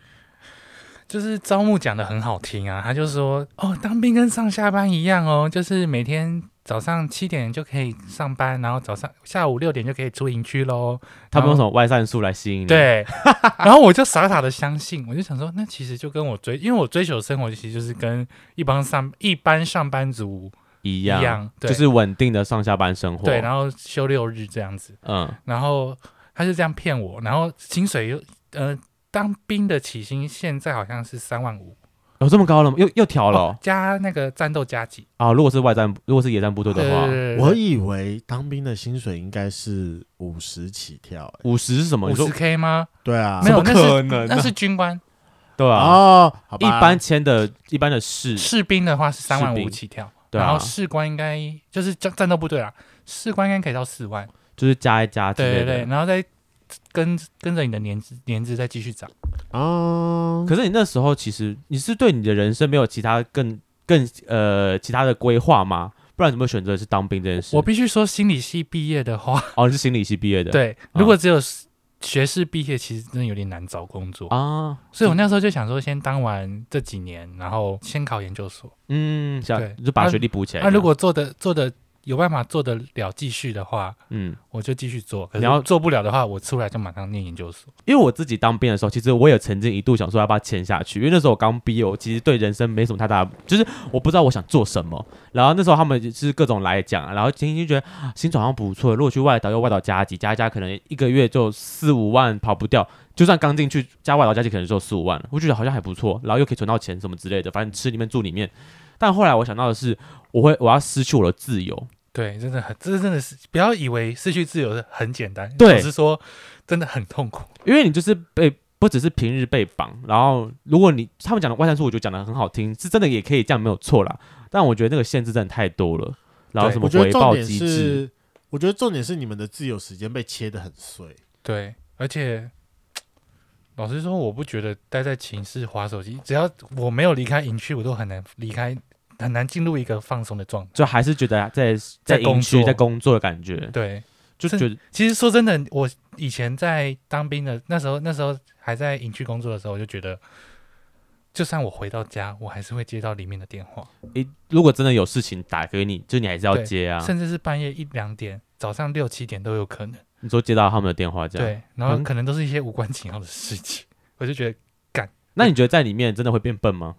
Speaker 3: 就是招募讲的很好听啊，他就说哦，当兵跟上下班一样哦，就是每天早上七点就可以上班，然后早上下午六点就可以出营区喽。
Speaker 2: 他们用什么外散素来吸引你？，
Speaker 3: 对， (laughs) 然后我就傻傻的相信，我就想说，那其实就跟我追，因为我追求生活其实就是跟一帮上一般上班族
Speaker 2: 一
Speaker 3: 一
Speaker 2: 样，
Speaker 3: 样，对，
Speaker 2: 就是稳定的上下班生活。
Speaker 3: 对，然后休六日这样子，
Speaker 2: 嗯，
Speaker 3: 然后他就这样骗我，然后薪水又呃，当兵的起薪现在好像是三万五，
Speaker 2: 有哦这么高了吗？又又调了
Speaker 3: 哦
Speaker 2: 哦
Speaker 3: 加那个战斗加级，
Speaker 2: 啊！如果是外战，如果是野战部队的话，
Speaker 1: 我以为当兵的薪水应该是五十起跳、欸，
Speaker 2: 五十是什么？
Speaker 3: 五
Speaker 2: 你说
Speaker 3: 十 K 吗？
Speaker 1: 对啊，
Speaker 3: 没有，
Speaker 2: 怎
Speaker 3: 那
Speaker 2: 么
Speaker 3: 是
Speaker 2: 可能啊
Speaker 3: 那是军官，
Speaker 2: 对啊，
Speaker 1: 哦，好
Speaker 2: 一
Speaker 1: 吧，
Speaker 2: 般签的，一般的是，
Speaker 3: 士兵的话是三万
Speaker 2: 士
Speaker 3: 五
Speaker 2: 兵
Speaker 3: 起跳，
Speaker 2: 对
Speaker 3: 然
Speaker 2: 啊
Speaker 3: 后，士官应该就是战战斗部队啦，啊士官应该可以到四万。
Speaker 2: 就是加一加之
Speaker 3: 对对
Speaker 2: 类
Speaker 3: 对，
Speaker 2: 的。
Speaker 3: 然后再跟跟着你的年资年资再继续涨。
Speaker 1: 哦，
Speaker 2: 可是你那时候其实你是对你的人生没有其他更更呃其他的规划吗？不然怎么会选择是当兵这件事？
Speaker 3: 我必须说，心理系毕业的话，
Speaker 2: 哦，你是心理系毕业的，
Speaker 3: 对，如果只有学士毕业，其实真的有点难找工作。
Speaker 2: 啊，
Speaker 3: 所以我那时候就想说，先当完这几年，然后先考研究所。
Speaker 2: 嗯，
Speaker 3: 对
Speaker 2: 想就把
Speaker 3: 那
Speaker 2: 学历补起来这
Speaker 3: 那
Speaker 2: 样。
Speaker 3: 如果做的做的有办法做得了继续的话，
Speaker 2: 嗯，
Speaker 3: 我就继续做。可
Speaker 2: 你要
Speaker 3: 是做不了的话，我出来就马上念研究所。
Speaker 2: 因为我自己当兵的时候，其实我也曾经一度想说要不要签下去，因为那时候我刚毕业，我其实对人生没什么太大的，就是我不知道我想做什么。然后那时候他们就是各种来讲，然后天天就觉得啊薪水好像不错，如果去外岛又外岛加急，加一加可能一个月就四五万跑不掉，就算刚进去加外岛加急可能就四五万了，我觉得好像还不错，然后又可以存到钱什么之类的，反正吃里面住里面。但后来我想到的是，我会我要失去我的自由，
Speaker 3: 对，真的很，这真的是不要以为失去自由是很简单，
Speaker 2: 对
Speaker 3: 只是说真的很痛苦。
Speaker 2: 因为你就是被不只是平日被绑，然后如果你他们讲的外散数，我觉得讲的很好听，是真的也可以这样没有错啦。但我觉得那个限制真的太多了，然后
Speaker 3: 对
Speaker 2: 什么
Speaker 1: 我觉得
Speaker 2: 回
Speaker 1: 重
Speaker 2: 报
Speaker 1: 点
Speaker 2: 机制，
Speaker 1: 是，我觉得重点是你们的自由时间被切的很碎。
Speaker 3: 对，而且老实说，我不觉得待在寝室划手机，只要我没有离开营区，我都很难离开，很难进入一个放松的状态。
Speaker 2: 就还是觉得在在
Speaker 3: 在工
Speaker 2: 营区
Speaker 3: 作
Speaker 2: 在工作的感觉，
Speaker 3: 对，
Speaker 2: 就觉得
Speaker 3: 其实说真的，我以前在当兵的那时候，那时候还在营区工作的时候，我就觉得，就算我回到家，我还是会接到里面的电话，
Speaker 2: 诶，如果真的有事情打给你，就你还是要
Speaker 3: 对
Speaker 2: 接啊。
Speaker 3: 甚至是半夜一两点、早上六七点都有可能。
Speaker 2: 你说接到他们的电话这样，。
Speaker 3: 对，然后
Speaker 2: 嗯
Speaker 3: 可能都是一些无关紧要的事情，我就觉得
Speaker 2: 那你觉得在里面真的会变笨吗？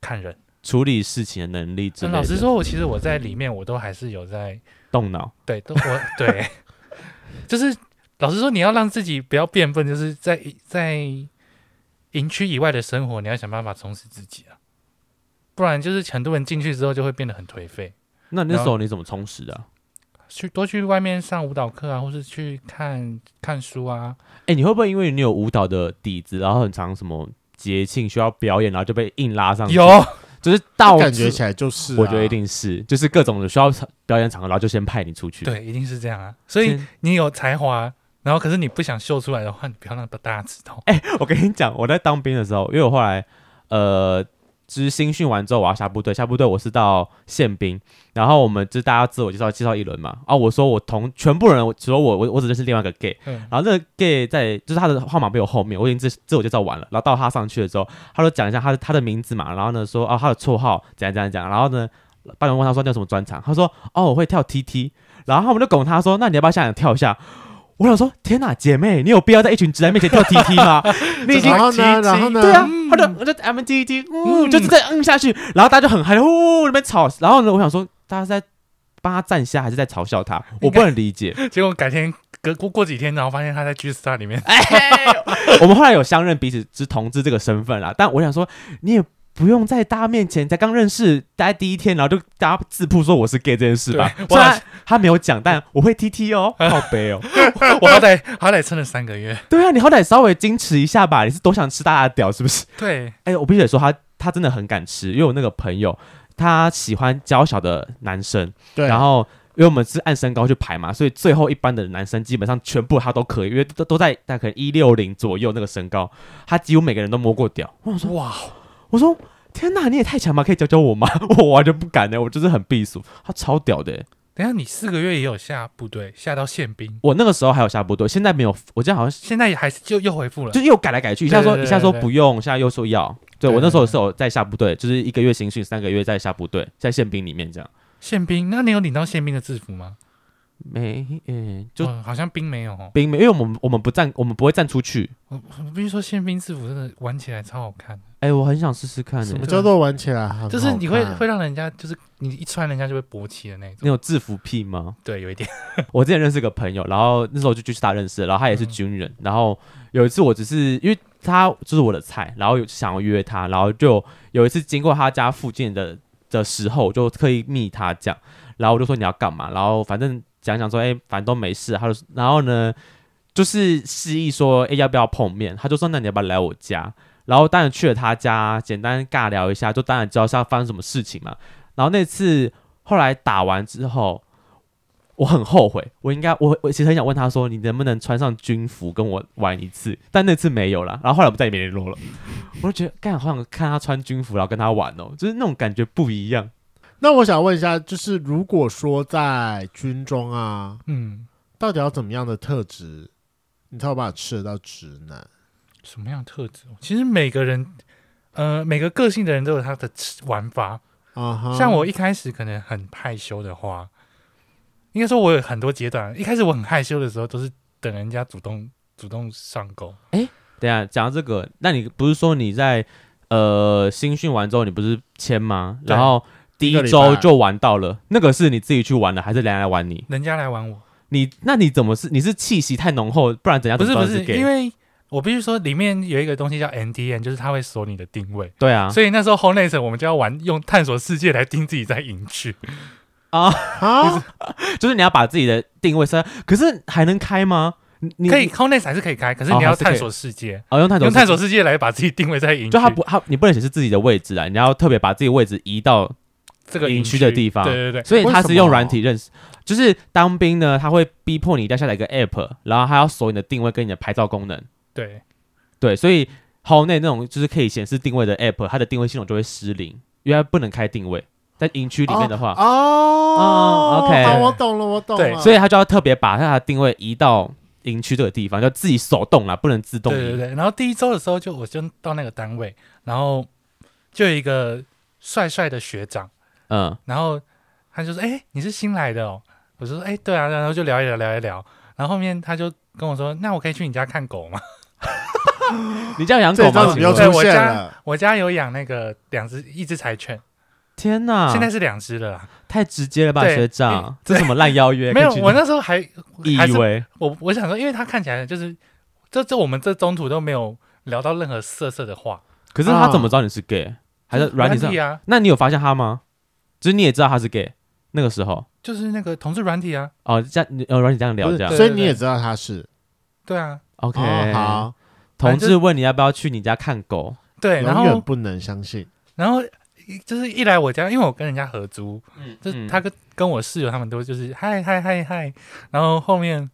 Speaker 3: 看人。
Speaker 2: 处理事情的能力之类的，
Speaker 3: 老实说，我其实我在里面，我都还是有在
Speaker 2: 动脑，
Speaker 3: 对，都我对， (laughs) 就是老实说，你要让自己不要变笨，就是在在营区以外的生活，你要想办法充实自己啊，不然就是很多人进去之后就会变得很颓废。
Speaker 2: 那那时候你怎么充实的啊、
Speaker 3: 去多去外面上舞蹈课啊，或是去看看书啊，
Speaker 2: 哎、你会不会因为你有舞蹈的底子，然后很常什么节庆需要表演，然后就被硬拉上去？
Speaker 3: 有，
Speaker 2: 就是到
Speaker 1: 感觉
Speaker 2: 处
Speaker 1: 起来就是、啊，
Speaker 2: 我觉得一定是，就是各种的需要场表演场合，然后就先派你出去。，
Speaker 3: 对，一定是这样啊。所以
Speaker 2: 先
Speaker 3: 你有才华，然后可是你不想秀出来的话，你不要让大家知道。
Speaker 2: 我跟你讲，我在当兵的时候，因为我后来呃，知新训完之后我要下部队，下部队我是到宪兵，然后我们就大家自我介绍介绍一轮嘛，啊，我说我同全部人，我只有我我我只认识另外一个 gay，
Speaker 3: 嗯，
Speaker 2: 然后那个 gay 在就是他的号码被我后面，我已经自自我介绍完了，然后到他上去了之后，他说讲一下他的他的名字嘛，然后呢说啊他的绰号怎样怎样怎样，然后呢班长问他说你有什么专长，他说哦我会跳 TT，然后他们就拱他说那你要不要下来跳一下？我想说天哪姐妹，你有必要在一群直男面前跳 TT 吗？你已经
Speaker 1: 然后呢，
Speaker 3: 急急
Speaker 1: 然后呢，
Speaker 2: 对啊，他就我就 M G G，嗯，就是再嗯下去，然后大家就很嗨，呼那边吵，然后呢我想说大家是在帮他站下还是在嘲笑他，我不能理解。
Speaker 3: 结果改天隔过过几天，然后发现他在 G Star 里面， (laughs)
Speaker 2: (laughs) 我们后来有相认彼此之同志这个身份啦，但我想说，你也不用在大家面前才刚认识，大家第一天，然后就大家自曝说我是 gay 这件事吧
Speaker 3: 对。
Speaker 2: 虽
Speaker 3: 我好
Speaker 2: 然他没有讲，但我会 T T 哦，好悲哦。
Speaker 3: 我好歹好歹撑了三个月。
Speaker 2: 对啊，你好歹稍微矜持一下吧，你是多想吃大家的屌是不是？
Speaker 3: 对，
Speaker 2: 哎、我必须得说他，他真的很敢吃，因为我那个朋友他喜欢娇小的男生，
Speaker 1: 对，
Speaker 2: 然后。因为我们是按身高去排嘛，所以最后一班的男生基本上全部他都可以，因为都都在大概可能一六零左右那个身高，他几乎每个人都摸过屌。我想说，
Speaker 3: 哇，
Speaker 2: 我说天哪，你也太强吧，可以教教我吗？ (laughs) 我完全不敢欸呢、我就是很避暑。他超屌的欸、
Speaker 3: 等一下你四个月也有下部队，下到宪兵，
Speaker 2: 我那个时候还有下部队，现在没有，我记得好像
Speaker 3: 现在也还是就又恢复了
Speaker 2: 就。又改来改去，一下说
Speaker 3: 对对对
Speaker 2: 一下说
Speaker 3: 对
Speaker 2: 不用，现在又说要。对
Speaker 3: 对
Speaker 2: 我那时候
Speaker 3: 对对
Speaker 2: 是有在下部队，就是一个月新训，三个月在下部队，在宪兵里面这样。
Speaker 3: 宪兵，那你有领到宪兵的制服吗？
Speaker 2: 没，嗯，就
Speaker 3: 呃就好像兵没有哦。
Speaker 2: 兵没，因为我们我们不站，我们不会站出去。
Speaker 3: 我必须说，宪兵制服真的玩起来超好看，
Speaker 2: 哎、我很想试试看、
Speaker 1: 什
Speaker 2: 欸
Speaker 1: 么，叫做玩起来很好看？
Speaker 3: 就是你会会让人家就是你一穿人家就会勃起的那
Speaker 2: 你
Speaker 3: 种。
Speaker 2: 有制服癖吗？ (laughs)
Speaker 3: 对，有一点。
Speaker 2: 我之前认识一个朋友，然后那时候就去他认识的，然后他也是军人，然后有一次我只是因为他就是我的菜，然后有想要约他，然后就有一次经过他家附近的的时候，我就刻意密他讲，然后我就说你要干嘛，然后反正讲讲说，哎、反正都没事，他就然后呢就是示意说，哎、要不要碰面？他就说那你要不要来我家？然后当然去了他家，简单尬聊一下，就当然知道是要发生什么事情嘛。然后那次后来打完之后，我很后悔，我应该我我其实很想问他说，你能不能穿上军服跟我玩一次？但那次没有了，然后后来我们再也没联络了。我就觉得，干好想看他穿军服，然后跟他玩哦，就是那种感觉不一样。
Speaker 1: 那我想问一下，就是如果说在军中啊，
Speaker 3: (laughs) 嗯，
Speaker 1: 到底要怎么样的特质，你才有办法吃得到直男？
Speaker 3: 什么样的特质哦？其实每个人，呃，每个个性的人都有他的玩法。
Speaker 1: 啊哈，
Speaker 3: 像我一开始可能很害羞的话，应该说我有很多阶段。一开始我很害羞的时候，都是等人家主动主动上钩。
Speaker 2: 等一下讲到这个，那你不是说你在呃新训完之后你不是签吗？
Speaker 3: 对
Speaker 2: 然后第
Speaker 1: 一个
Speaker 2: 一
Speaker 1: 礼拜
Speaker 2: 周就玩到了，那个是你自己去玩的，还是人家来玩你？
Speaker 3: 人家来玩我，
Speaker 2: 你那你怎么是你是气息太浓厚，不然怎样
Speaker 3: 不
Speaker 2: 怎么
Speaker 3: 是
Speaker 2: 知
Speaker 3: 不
Speaker 2: 道
Speaker 3: 是，
Speaker 2: gay？
Speaker 3: 因为我必须说里面有一个东西叫 NDN，就是它会锁你的定位，
Speaker 2: 对啊，
Speaker 3: 所以那时候 Home Nation 我们就要玩用探索世界来盯自己在营区。
Speaker 1: 啊，
Speaker 2: 就是你要把自己的定位设，可是还能开吗？你你
Speaker 3: 可以 Home Nation 还是可以开，可是
Speaker 2: 哦
Speaker 3: 你要
Speaker 2: 还是可以
Speaker 3: 探索世界，
Speaker 2: 哦，用探索
Speaker 3: 用探索
Speaker 2: 器，
Speaker 3: 世界来把自己定位在营区，
Speaker 2: 就它不它你不能显示自己的位置啊，你要特别把自己位置移到，
Speaker 3: 哎这个
Speaker 2: 营
Speaker 3: 区
Speaker 2: 区的地方
Speaker 3: 对对对，
Speaker 2: 所以它
Speaker 1: 为什
Speaker 2: 是
Speaker 1: 么
Speaker 3: 啊
Speaker 2: 用软体认识。就是当兵呢，他会逼迫你一定要下载一个 app，然后还要锁你的定位跟你的拍照功能。
Speaker 3: 对，
Speaker 2: 对，所以 h o 内那种就是可以显示定位的 app，它的定位系统就会失灵，因为它不能开定位。在营区里面的话，
Speaker 3: 哦
Speaker 1: 哦
Speaker 2: 嗯，OK
Speaker 1: 好我懂了，我懂
Speaker 3: 对
Speaker 1: 了。
Speaker 2: 所以他就要特别把它的定位移到营区这个地方，就自己手动啦，不能自动移。
Speaker 3: 对对对，然后第一周的时候就我就到那个单位，然后就有一个帅帅的学长，
Speaker 2: 嗯，
Speaker 3: 然后他就说：“哎、你是新来的哦。”我就说：“哎、对啊。”然后就聊一聊，聊一聊，然后后面他就跟我说：“那我可以去你家看狗吗
Speaker 2: 你这样养
Speaker 1: 这
Speaker 2: 狗
Speaker 1: 一招
Speaker 2: 吗
Speaker 1: 怎么？又
Speaker 3: 对
Speaker 1: 出
Speaker 3: 我
Speaker 1: 现
Speaker 3: 家
Speaker 1: 了？”？
Speaker 3: 我家有养那个两只，一只柴犬，
Speaker 2: 天哪！
Speaker 3: 现在是两只了啦。
Speaker 2: 太直接了吧，
Speaker 3: 对
Speaker 2: 学长，这什么烂邀约？
Speaker 3: 没有
Speaker 2: 可以，去
Speaker 3: 我那时候还
Speaker 2: 你
Speaker 3: 还
Speaker 2: 以
Speaker 3: 是
Speaker 2: 为
Speaker 3: 我我想说，因为他看起来就是这这我们这中途都没有聊到任何色色的话，
Speaker 2: 可是他怎么知道你是 gay？还是软体上？
Speaker 3: 啊，
Speaker 2: 那你有发现他吗？就是你也知道他是 gay，那个时候
Speaker 3: 就是那个同志软体啊，
Speaker 2: 哦，这样呃软体这样聊
Speaker 1: 不
Speaker 2: 这样
Speaker 1: 是，
Speaker 3: 对
Speaker 1: 所以你也知道他是
Speaker 3: 对啊，
Speaker 2: OK
Speaker 1: 哦。好，
Speaker 2: 同
Speaker 3: 反正
Speaker 2: 志问你要不要去你家看狗，
Speaker 3: 对，然
Speaker 1: 永远
Speaker 3: 后
Speaker 1: 不能相信。
Speaker 3: 然后一就是一来我家，因为我跟人家合租，就是
Speaker 2: 嗯
Speaker 3: 他跟跟我室友他们都就是嗨嗨嗨嗨，然后后面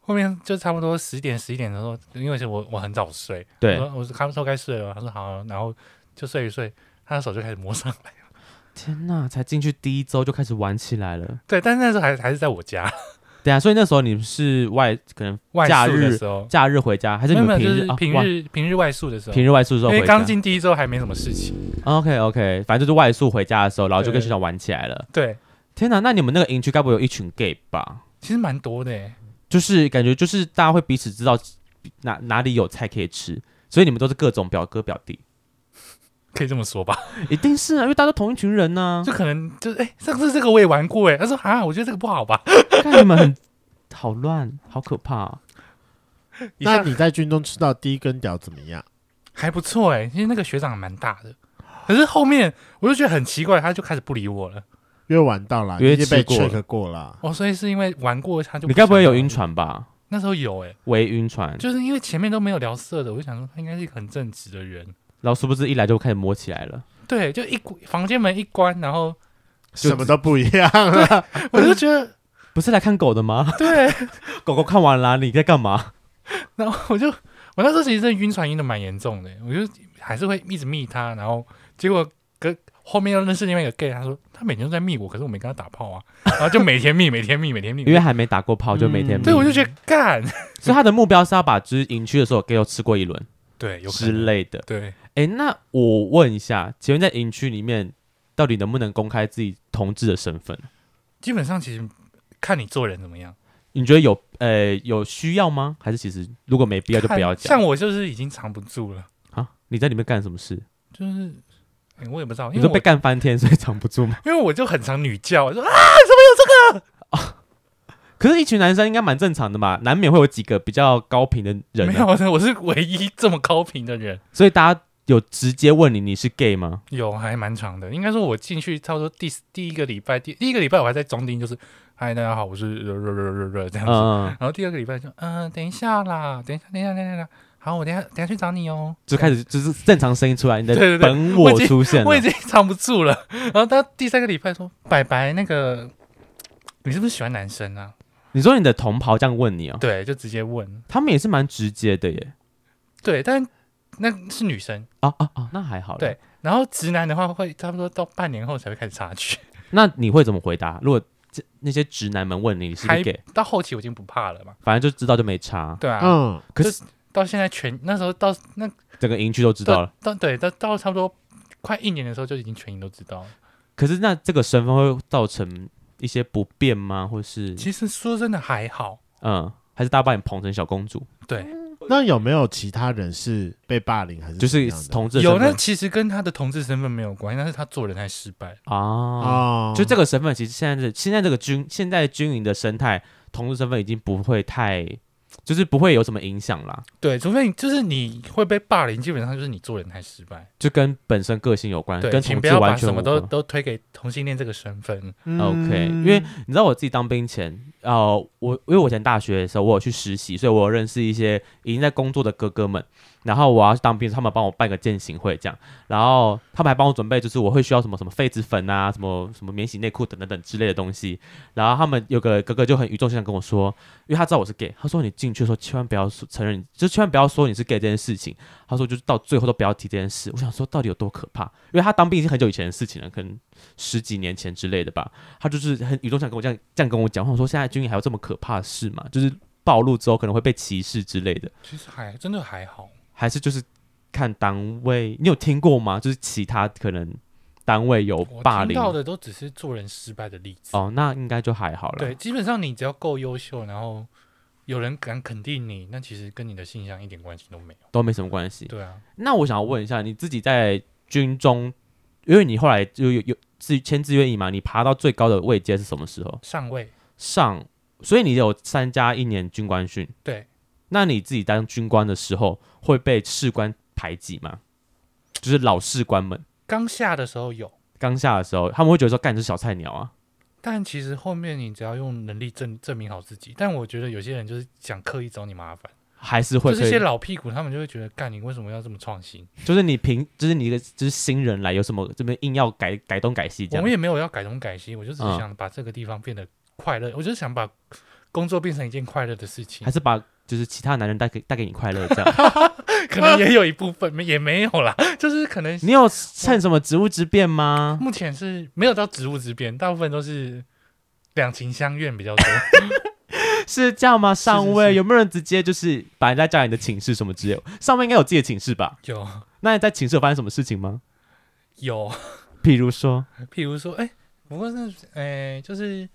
Speaker 3: 后面就差不多十点十一点的时候，因为是我我很早睡，我
Speaker 1: 呃
Speaker 2: 对，
Speaker 3: 说我说他们说该睡了，他说好啊，然后就睡一睡，他的手就开始摸上来。
Speaker 2: 天哪，才进去第一周就开始玩起来了。
Speaker 3: 对，但是那时候还还是在
Speaker 2: (laughs)
Speaker 3: 我家
Speaker 2: 对啊，所以那时候你是外可能
Speaker 3: 外
Speaker 2: 假
Speaker 3: 宿的
Speaker 2: 日
Speaker 3: 时候，
Speaker 2: 假日回家，还是
Speaker 3: 没
Speaker 2: 你
Speaker 3: 有没
Speaker 2: 们
Speaker 3: 有，就
Speaker 2: 平日
Speaker 3: 是
Speaker 2: 啊
Speaker 3: 平
Speaker 2: 哇
Speaker 3: 日平日外宿的时候，
Speaker 2: 平日外宿的时
Speaker 3: 因
Speaker 2: 候
Speaker 3: 为
Speaker 2: 回
Speaker 3: 刚
Speaker 2: 家
Speaker 3: 进第一周还没什么事情。
Speaker 2: ？OK OK，反正就是外宿回家的时候，然后就跟
Speaker 3: 对
Speaker 2: 学长玩起来了。
Speaker 3: 对，
Speaker 2: 天哪，那你们那个营区该不会有一群 gay 吧？
Speaker 3: 其实蛮多的欸，
Speaker 2: 就是感觉就是大家会彼此知道哪哪里有菜可以吃，所以你们都是各种表哥表弟，
Speaker 3: 可以这么说吧？ (laughs)
Speaker 2: 一定是啊，因为大家都同一群人呢、
Speaker 3: 就可能就是哎，上次这个我也玩过哎，他说啊，我觉得这个不
Speaker 2: (laughs)
Speaker 3: 好吧？
Speaker 2: 看你们很好乱，好可怕、啊。
Speaker 3: 一
Speaker 1: 那
Speaker 3: 下
Speaker 1: 你在军中吃到第一根屌怎么样？
Speaker 3: 还不错哎，其实那个学长蛮大的，可是后面我就觉得很奇怪，他就开始不理我了。
Speaker 1: 因为玩到了，
Speaker 2: 因为
Speaker 1: 已经被
Speaker 2: 吃过了
Speaker 1: check 过了。
Speaker 3: 哦，所以是因为玩过他就
Speaker 2: 你该不会有
Speaker 3: 想
Speaker 2: 晕
Speaker 3: 玩？
Speaker 2: 船吧？
Speaker 3: 那时候有哎，
Speaker 2: 微晕船，
Speaker 3: 就是因为前面都没有聊色的，我就想说他应该是一个很正直的人。
Speaker 2: 然后殊不知一来就开始摸起来了。
Speaker 3: 对，就一房间门一关，然
Speaker 2: (laughs)
Speaker 3: 后
Speaker 1: 什么都不一样了，
Speaker 3: 我就觉得
Speaker 2: 不是来看狗的吗？
Speaker 3: 对，
Speaker 2: (laughs) 狗狗看完啦，你在干嘛？
Speaker 3: (laughs) 然后我就我那时候其实真的晕船晕的蛮严重的，我就还是会一直密他，然后结果跟后面又认识另外一个 gay，他说他每天都在密我，可是我没跟他打炮啊，然后就每天密，每天密，每天密，
Speaker 2: 因为还没打过炮，就每天
Speaker 1: 嗯
Speaker 2: 密、
Speaker 3: 对我就觉得
Speaker 2: (laughs)
Speaker 3: 干，
Speaker 2: 所以他的目标是要把就是营区的所有 gay 都吃过一轮
Speaker 3: 对，有可
Speaker 2: 之
Speaker 3: 能，
Speaker 2: 类的。
Speaker 3: 对，
Speaker 2: 哎，那我问一下，请问在营区里面到底能不能公开自己同志的身份？
Speaker 3: 基本上其实看你做人怎么样，
Speaker 2: 你觉得有呃有需要吗？还是其实如果没必要就不要
Speaker 3: 看
Speaker 2: 讲
Speaker 3: 像我就是已经藏不住了，
Speaker 2: 啊？你在里面干什么事？
Speaker 3: 就是、哎我也不知道，因
Speaker 2: 你
Speaker 3: 为
Speaker 2: 都
Speaker 3: 我
Speaker 2: 被干翻天，所以藏不住
Speaker 3: (laughs)
Speaker 2: 吗？
Speaker 3: 因为我就很常女叫，我说啊，
Speaker 2: 可是，一群男生应该蛮正常的嘛，难免会有几个比较高频的人、
Speaker 3: 没
Speaker 2: 啊，
Speaker 3: 有，我是唯一这么高频的人。
Speaker 2: 所以大家有直接问你你是 gay 吗？
Speaker 3: 有，还蛮长的。应该说，我进去差不多第第一个礼拜，第第一个礼拜我还在中丁，就是嗨，大家好，我是呃呃呃呃呃这样子。
Speaker 2: 嗯，
Speaker 3: 然后第二个礼拜就嗯、等一下啦，等一下，等一下，等一下，等一下好，我等一下等一下去找你哦。
Speaker 2: 就开始就是正常声音出来，你
Speaker 3: 对
Speaker 2: 的
Speaker 3: 对对
Speaker 2: 本
Speaker 3: 我
Speaker 2: 我
Speaker 3: 已经
Speaker 2: 出现了
Speaker 3: 我已。经藏不住了。然后到第三个礼拜说，白白那个，你是不是喜欢男生啊？
Speaker 2: 你说你的同袍这样问你哦，
Speaker 3: 对，就直接问。
Speaker 2: 他们也是蛮直接的耶。
Speaker 3: 对，但那是女生。
Speaker 2: 啊啊
Speaker 3: (laughs)
Speaker 2: 啊，那还好。
Speaker 3: 对，然后直男的话，会差不多到半年后才会开始察觉。
Speaker 2: 那你会怎么回答？如果这那些直男们问你你是不
Speaker 3: 还
Speaker 2: 是 gay，
Speaker 3: 到后期我已经不怕了嘛。
Speaker 2: 反正就知道就没差。
Speaker 3: 对
Speaker 1: (laughs)
Speaker 3: 啊，
Speaker 1: 嗯，
Speaker 2: 可是
Speaker 3: 到现在全那时候到那
Speaker 2: 整个营区都知道了。
Speaker 3: 到对到到差不多快一年的时候，就已经全营都知道了。
Speaker 2: 可是那这个身份会造成一些不便吗？或是
Speaker 3: 其实说真的还好，
Speaker 2: 嗯，还是大家把你捧成小公主？
Speaker 3: 对，
Speaker 2: 嗯
Speaker 1: 那有没有其他人是被霸凌还是
Speaker 2: 就是
Speaker 1: 怎么样的
Speaker 2: 同志的
Speaker 3: 有
Speaker 2: 身
Speaker 3: 那
Speaker 2: 份
Speaker 3: 其实跟他的同志身份没有关系，但是他做人太失败了。
Speaker 2: 啊，
Speaker 1: 哦，
Speaker 2: 就这个身份，其实现在的现在这个军现在军营的生态，同志身份已经不会太，就是不会有什么影响啦，
Speaker 3: 对，除非你就是你会被霸凌，基本上就是你做人太失败。
Speaker 2: 就跟本身个性有关，
Speaker 3: 对，
Speaker 2: 嗯跟
Speaker 3: 请
Speaker 2: 同
Speaker 3: 不
Speaker 2: 志
Speaker 3: 要
Speaker 2: 完
Speaker 3: 把
Speaker 2: 全
Speaker 3: 什么
Speaker 2: 无
Speaker 3: 都
Speaker 2: 关
Speaker 3: 都推给同性恋这个身份。
Speaker 1: 嗯
Speaker 2: OK，因为你知道我自己当兵前，呃，我因为我以前大学的时候我有去实习，所以我有认识一些已经在工作的哥哥们。然后我要去当兵，他们帮我办个践行会这样，然后他们还帮我准备，就是我会需要什么什么痱子粉啊，什么什么免洗内裤等等等之类的东西。然后他们有个哥哥就很语重心长跟我说，因为他知道我是 gay，他说你进去的时候千万不要说承认你，就千万不要说你是 gay 这件事情。他说就是到最后都不要提这件事。我想说到底有多可怕？因为他当兵已经很久以前的事情了，可能十几年前之类的吧。他就是很语重心长跟我这样这样跟我讲，我说现在军营还有这么可怕的事吗？就是暴露之后可能会被歧视之类的，
Speaker 3: 其实还真的还好，
Speaker 2: 还是就是看单位？你有听过吗？就是其他可能单位有
Speaker 3: 我
Speaker 2: 霸
Speaker 3: 听
Speaker 2: 凌
Speaker 3: 到的都只是做人失败的例子。
Speaker 2: 哦，那应该就还好了。
Speaker 3: 对，，基本上你只要够优秀，然后有人敢肯定你，那其实跟你的性向一点关系都没有。
Speaker 2: 都没什么关系。
Speaker 3: 对啊，
Speaker 2: 那我想要问一下，你自己在军中，因为你后来就有有自签自愿役嘛，你爬到最高的位阶是什么时候？
Speaker 3: 上位
Speaker 2: 上，所以你有参加一年军官训。
Speaker 3: 对，
Speaker 2: 那你自己当军官的时候会被士官排挤吗？就是老士官们
Speaker 3: 刚下的时候有，
Speaker 2: 刚下的时候，他们会觉得说干你是小菜鸟啊，
Speaker 3: 但其实后面你只要用能力证证明好自己。但我觉得有些人就是想刻意找你麻烦，
Speaker 2: 还是会
Speaker 3: 就是一些
Speaker 2: 可以，
Speaker 3: 老屁股，他们就会觉得，干你为什么要这么创新？
Speaker 2: 就是你凭就是你一个就是新人来有什么这边硬要改改东改西这
Speaker 3: 我
Speaker 2: 样
Speaker 3: 们，也没有要改东改西，我就只是
Speaker 2: 嗯
Speaker 3: 想把这个地方变得快乐，我就是想把工作变成一件快乐的事情
Speaker 2: 还，是把就是其他男人带给带给你快乐这
Speaker 3: (laughs)
Speaker 2: 样？
Speaker 3: 可能也有一部分，也没有啦，就是可能
Speaker 2: 你有趁什么职务之便
Speaker 3: (laughs)
Speaker 2: 吗？
Speaker 3: 目前是没有到植物之边，大部分都是两情相愿比较多。 (laughs)
Speaker 2: 是这样吗？上位
Speaker 3: 是
Speaker 2: 有没有人直接就是把人家叫你的寝室什么之类的？上位应该有自己的寝室吧？
Speaker 3: 有
Speaker 2: 那你在寝室有发生什么事情吗？
Speaker 3: 有，
Speaker 2: 比如说，
Speaker 3: 譬如说，哎、不过是，哎、就是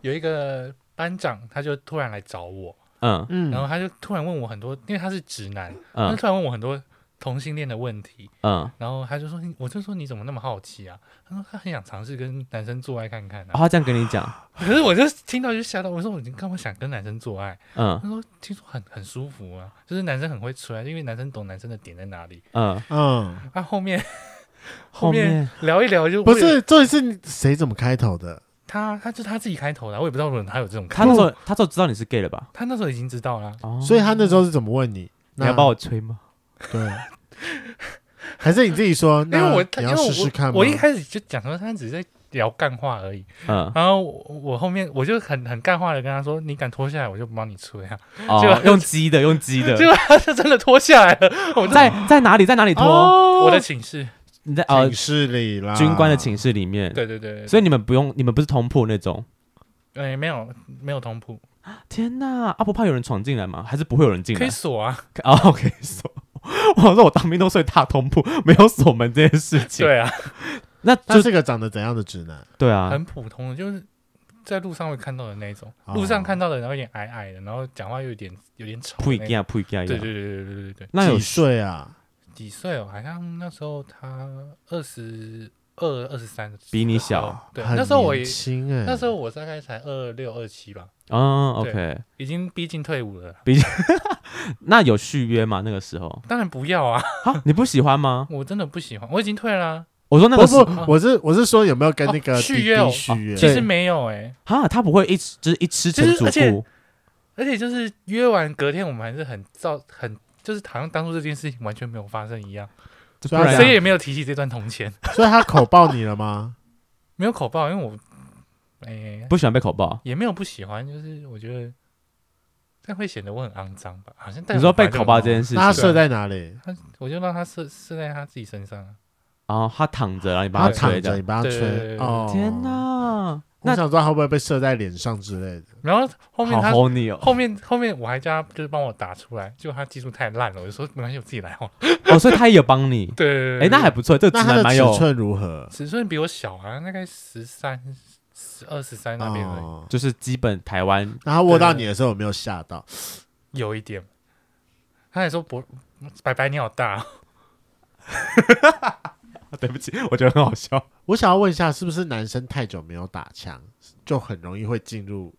Speaker 3: 有一个班长，他就突然来找我，
Speaker 2: 嗯
Speaker 1: 嗯
Speaker 3: 然后他就突然问我很多，因为他是直男，他就
Speaker 2: 嗯
Speaker 3: 突然问我很多同性恋的问题，
Speaker 2: 嗯，
Speaker 3: 然后他就说，我就说你怎么那么好奇啊？他说他很想尝试跟男生做爱看看
Speaker 2: 哦，
Speaker 3: 啊，
Speaker 2: 他这样跟你讲，
Speaker 3: 可是我就听到就吓到，我说我已经干嘛想跟男生做爱？
Speaker 2: 嗯
Speaker 3: 他说听说很很舒服啊，就是男生很会吹啊，因为男生懂男生的点在哪里。
Speaker 2: 嗯，
Speaker 1: 嗯，
Speaker 3: 啊，后面后
Speaker 2: 后
Speaker 3: 面
Speaker 2: 面
Speaker 3: 聊一聊就
Speaker 1: 不
Speaker 3: 我也
Speaker 1: 是，重点是你谁怎么开头的？
Speaker 3: 他，他就他自己开头的啊，我也不知道为什么他有这种
Speaker 2: 他
Speaker 3: 看
Speaker 2: 那
Speaker 3: 法。
Speaker 2: 时候他那时候知道你是 gay 了吧？
Speaker 3: 他那时候已经知道了啊，
Speaker 2: 哦，
Speaker 1: 所以他那时候是怎么问你？
Speaker 2: 你要
Speaker 1: 那
Speaker 2: 帮我吹吗？
Speaker 1: 对， (laughs) 还是你自己说？
Speaker 3: (laughs) 因为我他
Speaker 1: 你
Speaker 3: 因
Speaker 1: 要
Speaker 3: 为
Speaker 1: 试试看
Speaker 3: 我
Speaker 1: 吗
Speaker 3: 我一开始就讲说他只是在聊干话而已，
Speaker 2: 嗯，
Speaker 3: 然后我我后面我就很很干话的跟他说，你敢脱下来我就不帮你吹啊，
Speaker 2: 哦，
Speaker 3: 就
Speaker 2: 用鸡的，用鸡的
Speaker 3: 结，果他就真的脱下来了，我在
Speaker 2: 在在哪里，在哪里脱？
Speaker 1: 哦
Speaker 3: 我的寝室，
Speaker 2: 你在呃
Speaker 1: 寝室里啦，
Speaker 2: 军官的寝室里面，
Speaker 3: 对对对，
Speaker 2: 所
Speaker 3: 以
Speaker 2: 以你们不用，你们不是同铺那种。
Speaker 3: 哎没有没有同铺，
Speaker 2: 天呐，啊不怕有人闯进来吗？还是不会有人进
Speaker 3: 可
Speaker 2: 来 (laughs)
Speaker 3: 以？锁啊，
Speaker 2: 哦，我可以锁。我想说我当兵都睡大通铺，没有锁门这件事情。，
Speaker 3: 对啊，
Speaker 2: 那
Speaker 1: 他
Speaker 2: 就是
Speaker 1: 个长得怎样的直男？
Speaker 2: 对啊，
Speaker 3: 很普通的，就是在路上会看到的那一种，
Speaker 1: 哦
Speaker 3: 路上看到的，然后有点矮矮的，然后讲话又有点有点吵的
Speaker 2: 不一
Speaker 3: 那种。
Speaker 2: 样，不一样。
Speaker 3: 对对对对对对对，
Speaker 2: 那有
Speaker 1: 几岁啊？
Speaker 3: 几岁哦？好像那时候他二十二、二十三，
Speaker 2: 比你小。
Speaker 3: 对，
Speaker 1: 很
Speaker 3: 那时候我也
Speaker 1: 年轻哎，
Speaker 3: 那时候我大概才二六、二七吧，
Speaker 2: 嗯
Speaker 3: 对
Speaker 2: ，OK。
Speaker 3: 已经逼近退伍了。
Speaker 2: 那有续约吗？那个时候
Speaker 3: 当然不要啊， (laughs)
Speaker 2: 啊，你不喜欢吗？
Speaker 3: 我真的不喜欢，我已经退了啊、
Speaker 2: 我说那个
Speaker 1: 不
Speaker 2: 时候
Speaker 3: (laughs)
Speaker 1: 不，我是我是说有没有跟那个
Speaker 3: 哦
Speaker 1: 弟
Speaker 3: 续
Speaker 1: 弟
Speaker 3: 约哦
Speaker 1: 续约？
Speaker 3: 其
Speaker 2: 对
Speaker 3: 实没有哎、
Speaker 2: 啊，他不会一直就是一吃成
Speaker 3: 就是
Speaker 2: 主
Speaker 3: 而且
Speaker 2: 顾
Speaker 3: 而且就是约完隔天，我们还是很照很。就是好像当初这件事情完全没有发生一样，
Speaker 2: 就不
Speaker 1: 所以他
Speaker 2: 然
Speaker 1: 对啊
Speaker 3: 谁也没有提起这段铜钱。
Speaker 1: 所以他口爆你了吗？
Speaker 3: 没有口爆，因为我，哎、
Speaker 2: 不喜欢被口爆。
Speaker 3: 也没有不喜欢，就是我觉得这样会显得我很肮脏吧，好像
Speaker 2: 你说被口
Speaker 3: 口
Speaker 2: 爆这件，事
Speaker 1: 那他
Speaker 2: 情，
Speaker 1: 射在哪里？
Speaker 3: 我就让他射射在他自己身上啊，
Speaker 2: 然后他躺着，然后你帮
Speaker 1: 他
Speaker 2: 他
Speaker 1: 躺
Speaker 2: 吹这
Speaker 1: 着，你
Speaker 2: 样。
Speaker 1: 帮他
Speaker 3: 对对对
Speaker 1: 吹
Speaker 3: 对。对
Speaker 1: 哦，
Speaker 2: 天！哪，
Speaker 1: 我
Speaker 2: 那
Speaker 1: 想说他会不会被射在脸上之类的？
Speaker 3: 然后后面
Speaker 2: 好
Speaker 3: 他
Speaker 2: 吼你哦！
Speaker 3: 后面后面我还叫他就是帮我打出来，结果他技术太烂了，我就说没关系，我自己来
Speaker 2: (laughs)
Speaker 3: 好了。。
Speaker 2: 哦，所以他也有帮你
Speaker 3: 对对对，
Speaker 2: 哎，那还
Speaker 3: 对
Speaker 2: 不错，这个
Speaker 1: 那
Speaker 2: 直
Speaker 1: 他
Speaker 2: 男
Speaker 1: 的
Speaker 2: 蛮有
Speaker 1: 尺，寸如何？
Speaker 3: 尺寸比我小啊，大概十三、十二、十三那边而已，
Speaker 1: 哦，
Speaker 2: 就是基本台湾
Speaker 1: 那他握到你的时候有没有吓到？
Speaker 3: 有一点。他还说伯白白你好大哦、
Speaker 2: 啊对不起，我觉得很好笑。
Speaker 1: 我想要问一下，是不是男生太久没有打枪，就很容易会进入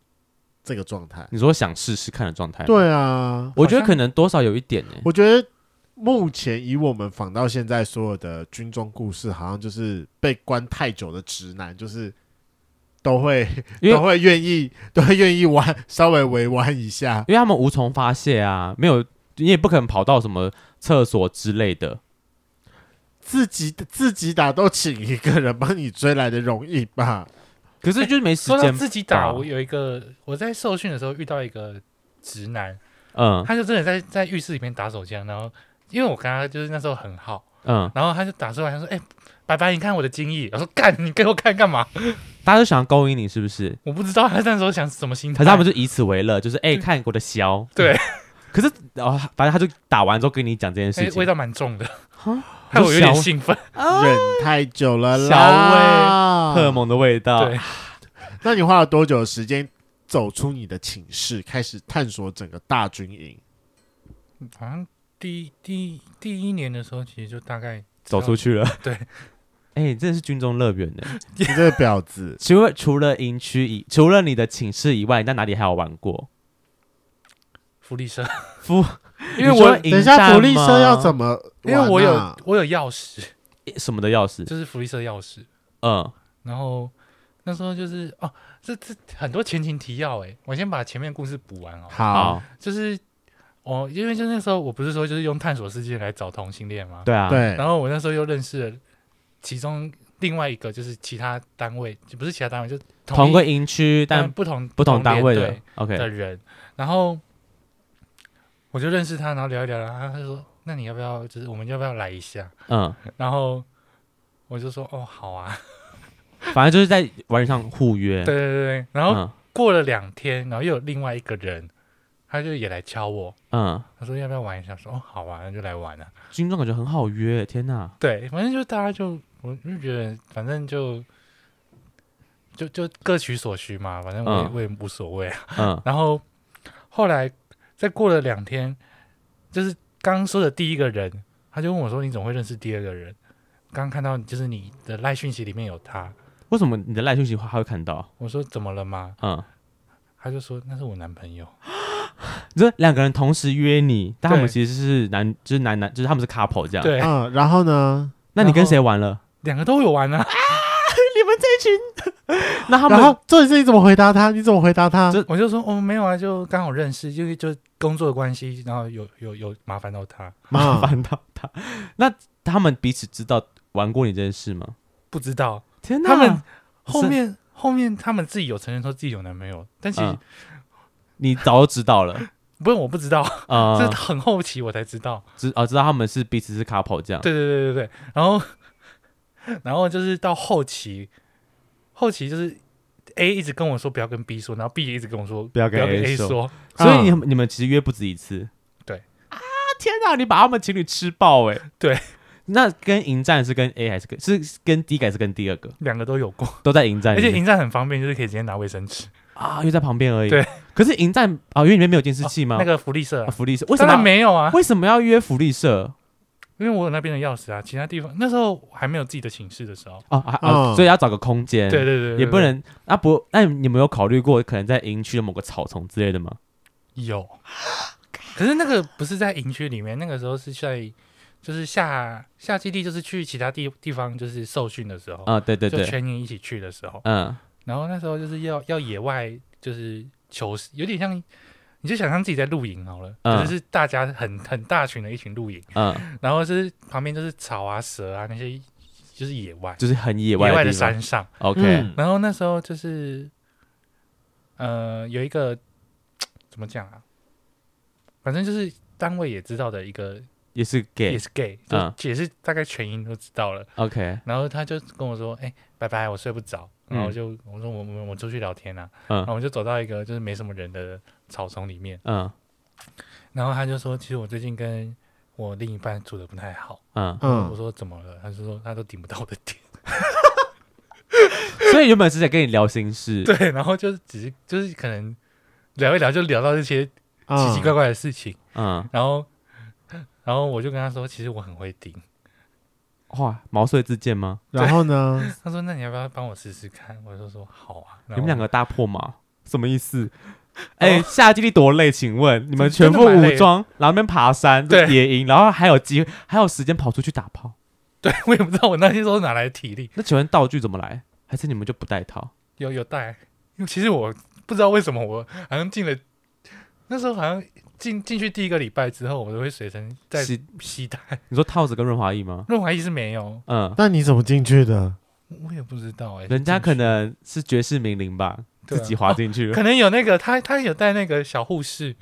Speaker 1: 这个状态？
Speaker 2: 你说想试试看的状态，，
Speaker 1: 对啊，
Speaker 2: 我觉得
Speaker 3: 好像
Speaker 2: 可能多少有一点欸呢。
Speaker 1: 我觉得目前以我们访到现在所有的军中故事，好像就是被关太久的直男，就是都会
Speaker 2: 因为
Speaker 1: (laughs) 都会愿意都会愿意玩，稍微围弯一下。
Speaker 2: 因为他们无从发泄啊，没有你也不可能跑到什么厕所之类的。
Speaker 1: 自己自己打都请一个人帮你追来的容易吧？
Speaker 2: 可是就是没时
Speaker 3: 说到
Speaker 2: 间，
Speaker 3: 自己打，
Speaker 2: 吧
Speaker 3: 我有一个我在受训的时候遇到一个直男，
Speaker 2: 嗯
Speaker 3: 他就真的在在浴室里面打手枪，然后因为我跟他就是那时候很好，
Speaker 2: 嗯，
Speaker 3: 然后他就打出来，他说：“哎、白白，你看我的精液。”我说：“干，你给我看干嘛
Speaker 2: 大家都想要勾引你是不是？？”
Speaker 3: 我不知道他那时候想什么
Speaker 2: (laughs)
Speaker 3: 心
Speaker 2: 可
Speaker 3: 态。
Speaker 2: 是他们就以此为乐，就是哎、看我的小。
Speaker 3: 嗯 (laughs) 对，
Speaker 2: (laughs) 可是哦，反正他就打完之后跟你讲这件
Speaker 3: 哎、
Speaker 2: 事情
Speaker 3: 味，道蛮重的，
Speaker 2: 哈
Speaker 3: (laughs) 害我有点
Speaker 2: 小
Speaker 3: 兴奋。
Speaker 1: 忍太久了
Speaker 2: 荷尔
Speaker 1: 啦。
Speaker 2: 蒙的味道。
Speaker 3: 对，
Speaker 1: 那你花了多久的时间走出你的寝室，开始探索整个大军营？
Speaker 3: 好像第一第一第一年的时候，其实就大概
Speaker 2: (laughs) 走出
Speaker 3: 去。
Speaker 2: 去了。
Speaker 3: 对，
Speaker 2: (laughs) 哎、真的是军中乐园呢。！
Speaker 1: 你这个婊子
Speaker 2: 除了除了营区以除了你的寝室以外，你在哪里还有玩过？
Speaker 3: 福利社，
Speaker 2: 福，
Speaker 3: (laughs) 因为
Speaker 2: 你说
Speaker 3: 我
Speaker 2: 营
Speaker 1: 等一下，
Speaker 2: 战
Speaker 1: 福利社要
Speaker 2: 吗
Speaker 1: 怎么
Speaker 3: 因
Speaker 1: 玩
Speaker 3: 为
Speaker 1: 啊、
Speaker 3: 我有我有钥匙，
Speaker 2: 什么的钥匙？
Speaker 3: 就是福利社钥匙。
Speaker 2: 嗯，
Speaker 3: 然后那时候就是哦，这这很多前情提要哎、我先把前面故事补完哦。
Speaker 1: 好，
Speaker 2: 好，
Speaker 3: 就是哦，因为就那时候我不是说就是用探索世界来找同性恋吗？
Speaker 2: 对啊，，
Speaker 1: 对，
Speaker 3: 然后我那时候又认识了其中另外一个，就是其他单位，就不是其他单位，就
Speaker 2: 同
Speaker 3: 一
Speaker 2: 个营区
Speaker 3: 但
Speaker 2: 但
Speaker 3: 不同
Speaker 2: 不同单位的
Speaker 3: 连队的
Speaker 2: ，OK，
Speaker 3: 人，然后我就认识他，然后聊一聊，然后他就说：“那你要不要？就是我们要不要来一下
Speaker 2: 嗯，？” (laughs)
Speaker 3: 然后我就说：“哦，好啊。
Speaker 2: 反正就是在玩具上互”约
Speaker 3: 对，对对对，然后
Speaker 2: 嗯
Speaker 3: 过了两天，然后又有另外一个人，他就也来敲我，
Speaker 2: 嗯，
Speaker 3: 他说：“要不要玩一下？”说：“哦，好啊，那就来玩啊。
Speaker 2: 军中感觉很好约，天哪”，
Speaker 3: 对，反正就大家就我就觉得，反正就。就就各取所需嘛，反正我也、
Speaker 2: 嗯
Speaker 3: 我也无所谓啊
Speaker 2: 嗯
Speaker 3: 然后后来再过了两天，就是刚刚说的第一个人，他就问我说：“你怎么会认识第二个人？”刚看到就是你的赖讯息里面有他，
Speaker 2: 为什么你的赖讯息他会看到？
Speaker 3: 我说：“怎么了吗
Speaker 2: 嗯，？”
Speaker 3: 他就说：“那是我男朋友。
Speaker 2: 就是两个人同时约你，但他们
Speaker 3: 对
Speaker 2: 其实是男，就是男男，就是他们是 couple 这样。，
Speaker 3: 对，
Speaker 1: 嗯，然后呢？
Speaker 2: 那你
Speaker 3: 然
Speaker 2: 跟
Speaker 3: 后
Speaker 2: 谁玩了？
Speaker 3: 两个都有玩啊。 (laughs)
Speaker 2: 那他
Speaker 1: 然
Speaker 2: 们
Speaker 3: 嗯
Speaker 1: 后重点是你怎么回答他？你怎么回答他
Speaker 2: 这？
Speaker 3: 我就说：“哦，没有啊，就刚好认识，因为就工作的关系，然后有有有麻烦到他，
Speaker 2: 麻
Speaker 1: 啊，
Speaker 2: 烦到他，那他们彼此知道玩过你这件事吗？
Speaker 3: 不知道
Speaker 2: 天哪，
Speaker 3: 他们后
Speaker 2: 是
Speaker 3: 面后面他们自己有承认说自己有男朋友，但其实、
Speaker 2: 嗯你早就知道了，
Speaker 3: (laughs) 不用我不知道， (laughs)
Speaker 2: 呃，
Speaker 3: 这很后期我才知道。”
Speaker 2: 知哦，知道他们是彼此是 couple 这样。
Speaker 3: 对对对对对，然后 (laughs) 然后就是到后期，后期就是 A 一直跟我说不要跟 B 说，然后 B 也一直跟我说
Speaker 2: 不要
Speaker 3: 不
Speaker 2: 跟
Speaker 3: 要跟
Speaker 2: A
Speaker 3: A
Speaker 2: 说
Speaker 3: 说，嗯
Speaker 2: 所以你们、你们其实约不止一次。
Speaker 3: 对
Speaker 2: 啊，天哪，你把他们情侣吃爆哎、
Speaker 3: 对，
Speaker 2: 那跟迎战是跟 A 还是跟是是跟第一个还是跟第二个
Speaker 3: 两个都有过，
Speaker 2: 都在迎战
Speaker 3: 而
Speaker 2: 里面？
Speaker 3: 且迎战很方便，就是可以直接拿卫生纸，
Speaker 2: 啊，又在旁边而已。
Speaker 3: 对，
Speaker 2: 可是迎战啊，因为里面没有监视器吗？
Speaker 3: 那个福利社
Speaker 2: 啊
Speaker 3: 啊、
Speaker 2: 福利社为什
Speaker 3: 当
Speaker 2: 么
Speaker 3: 然
Speaker 2: 要
Speaker 3: 没有啊，
Speaker 2: 为什么要约福利社？
Speaker 3: 因为我有那边的钥匙啊，其他地方那时候还没有自己的寝室的时候，
Speaker 2: 哦啊啊，
Speaker 1: 嗯
Speaker 2: 所以要找个空间。
Speaker 3: 对对对对
Speaker 2: 也不
Speaker 3: 对
Speaker 2: 能啊不，那你们有考虑过可能在营区的某个草丛之类的吗？
Speaker 3: 有，可是那个不是在营区里面，那个时候是在。就是下下基地，就是去其他地地方，就是受训的时候，
Speaker 2: 啊，对对
Speaker 3: 哦就
Speaker 2: 对，
Speaker 3: 全营一起去的时候，
Speaker 2: 嗯
Speaker 3: 然后那时候就是要要野外，就是求生，有点像，你就想象自己在露营好了，
Speaker 2: 嗯
Speaker 3: 可是是大家很很大群的一群露营，
Speaker 2: 嗯，
Speaker 3: 然后就是旁边就是草啊、蛇啊那些，就是野外
Speaker 2: 就是很野
Speaker 3: 野
Speaker 2: 外
Speaker 3: 的
Speaker 2: 地方。
Speaker 3: 山上。
Speaker 2: OK，
Speaker 3: 然后那时候就是，呃，有一个怎么讲啊，反正就是单位也知道的一个，
Speaker 2: 也是
Speaker 3: 也
Speaker 2: gay。
Speaker 3: 是 gay，
Speaker 2: 嗯
Speaker 3: 就也是大概全营都知道了。
Speaker 2: OK，
Speaker 3: 然后他就跟我说：“哎、拜拜，我睡不着。”
Speaker 2: 嗯
Speaker 3: 然后我就、我说我我我出去聊天啊，
Speaker 2: 嗯
Speaker 3: 然后我就走到一个就是没什么人的草丛里面，
Speaker 2: 嗯
Speaker 3: 然后他就说：“其实我最近跟我另一半处的不太好。
Speaker 2: 嗯，
Speaker 3: 我
Speaker 1: 嗯，
Speaker 3: 说：“怎么了？”他就说：“他都顶不到我的点。
Speaker 2: 所以原本是在跟你聊心”事。
Speaker 3: (laughs) 对，然后就只是就是可能聊一聊就聊到这些奇
Speaker 1: 嗯
Speaker 3: 奇怪怪的事情，
Speaker 2: 嗯，
Speaker 3: 然后然后我就跟他说：“其实我很会顶。
Speaker 2: 哇，毛遂自荐吗？
Speaker 1: 然后呢？”
Speaker 3: 他说：“那你要不要帮我试试看？”我就说：“好啊。”
Speaker 2: 你
Speaker 3: 然后
Speaker 2: 们两个大破毛，什么意思？哎，夏基地多累？请问你们全
Speaker 3: 哦真的
Speaker 2: 副
Speaker 3: 蛮累
Speaker 2: 武
Speaker 3: 的
Speaker 2: 装，然后那边爬山、
Speaker 3: 对
Speaker 2: 野营，然后还有机会，还有时间跑出去打炮。
Speaker 3: 对我也不知道我那些时候哪来的体力，
Speaker 2: 那请问道具怎么来？还是你们就不带套？
Speaker 3: 有有带，因为其实我不知道为什么我好像进了，那时候好像进进去第一个礼拜之后，我都会随身带
Speaker 2: 是
Speaker 3: 携带。
Speaker 2: 你说套子跟润滑液吗？
Speaker 3: 润滑液是没有，
Speaker 2: 嗯，
Speaker 1: 那你怎么进去的？
Speaker 3: 我也不知道哎、
Speaker 2: 人家
Speaker 3: 进去
Speaker 2: 可能是绝世名伶吧，
Speaker 3: 对啊
Speaker 2: 自己滑进去了，
Speaker 3: 可能有那个他他有带那个小
Speaker 2: (laughs)
Speaker 3: 护士，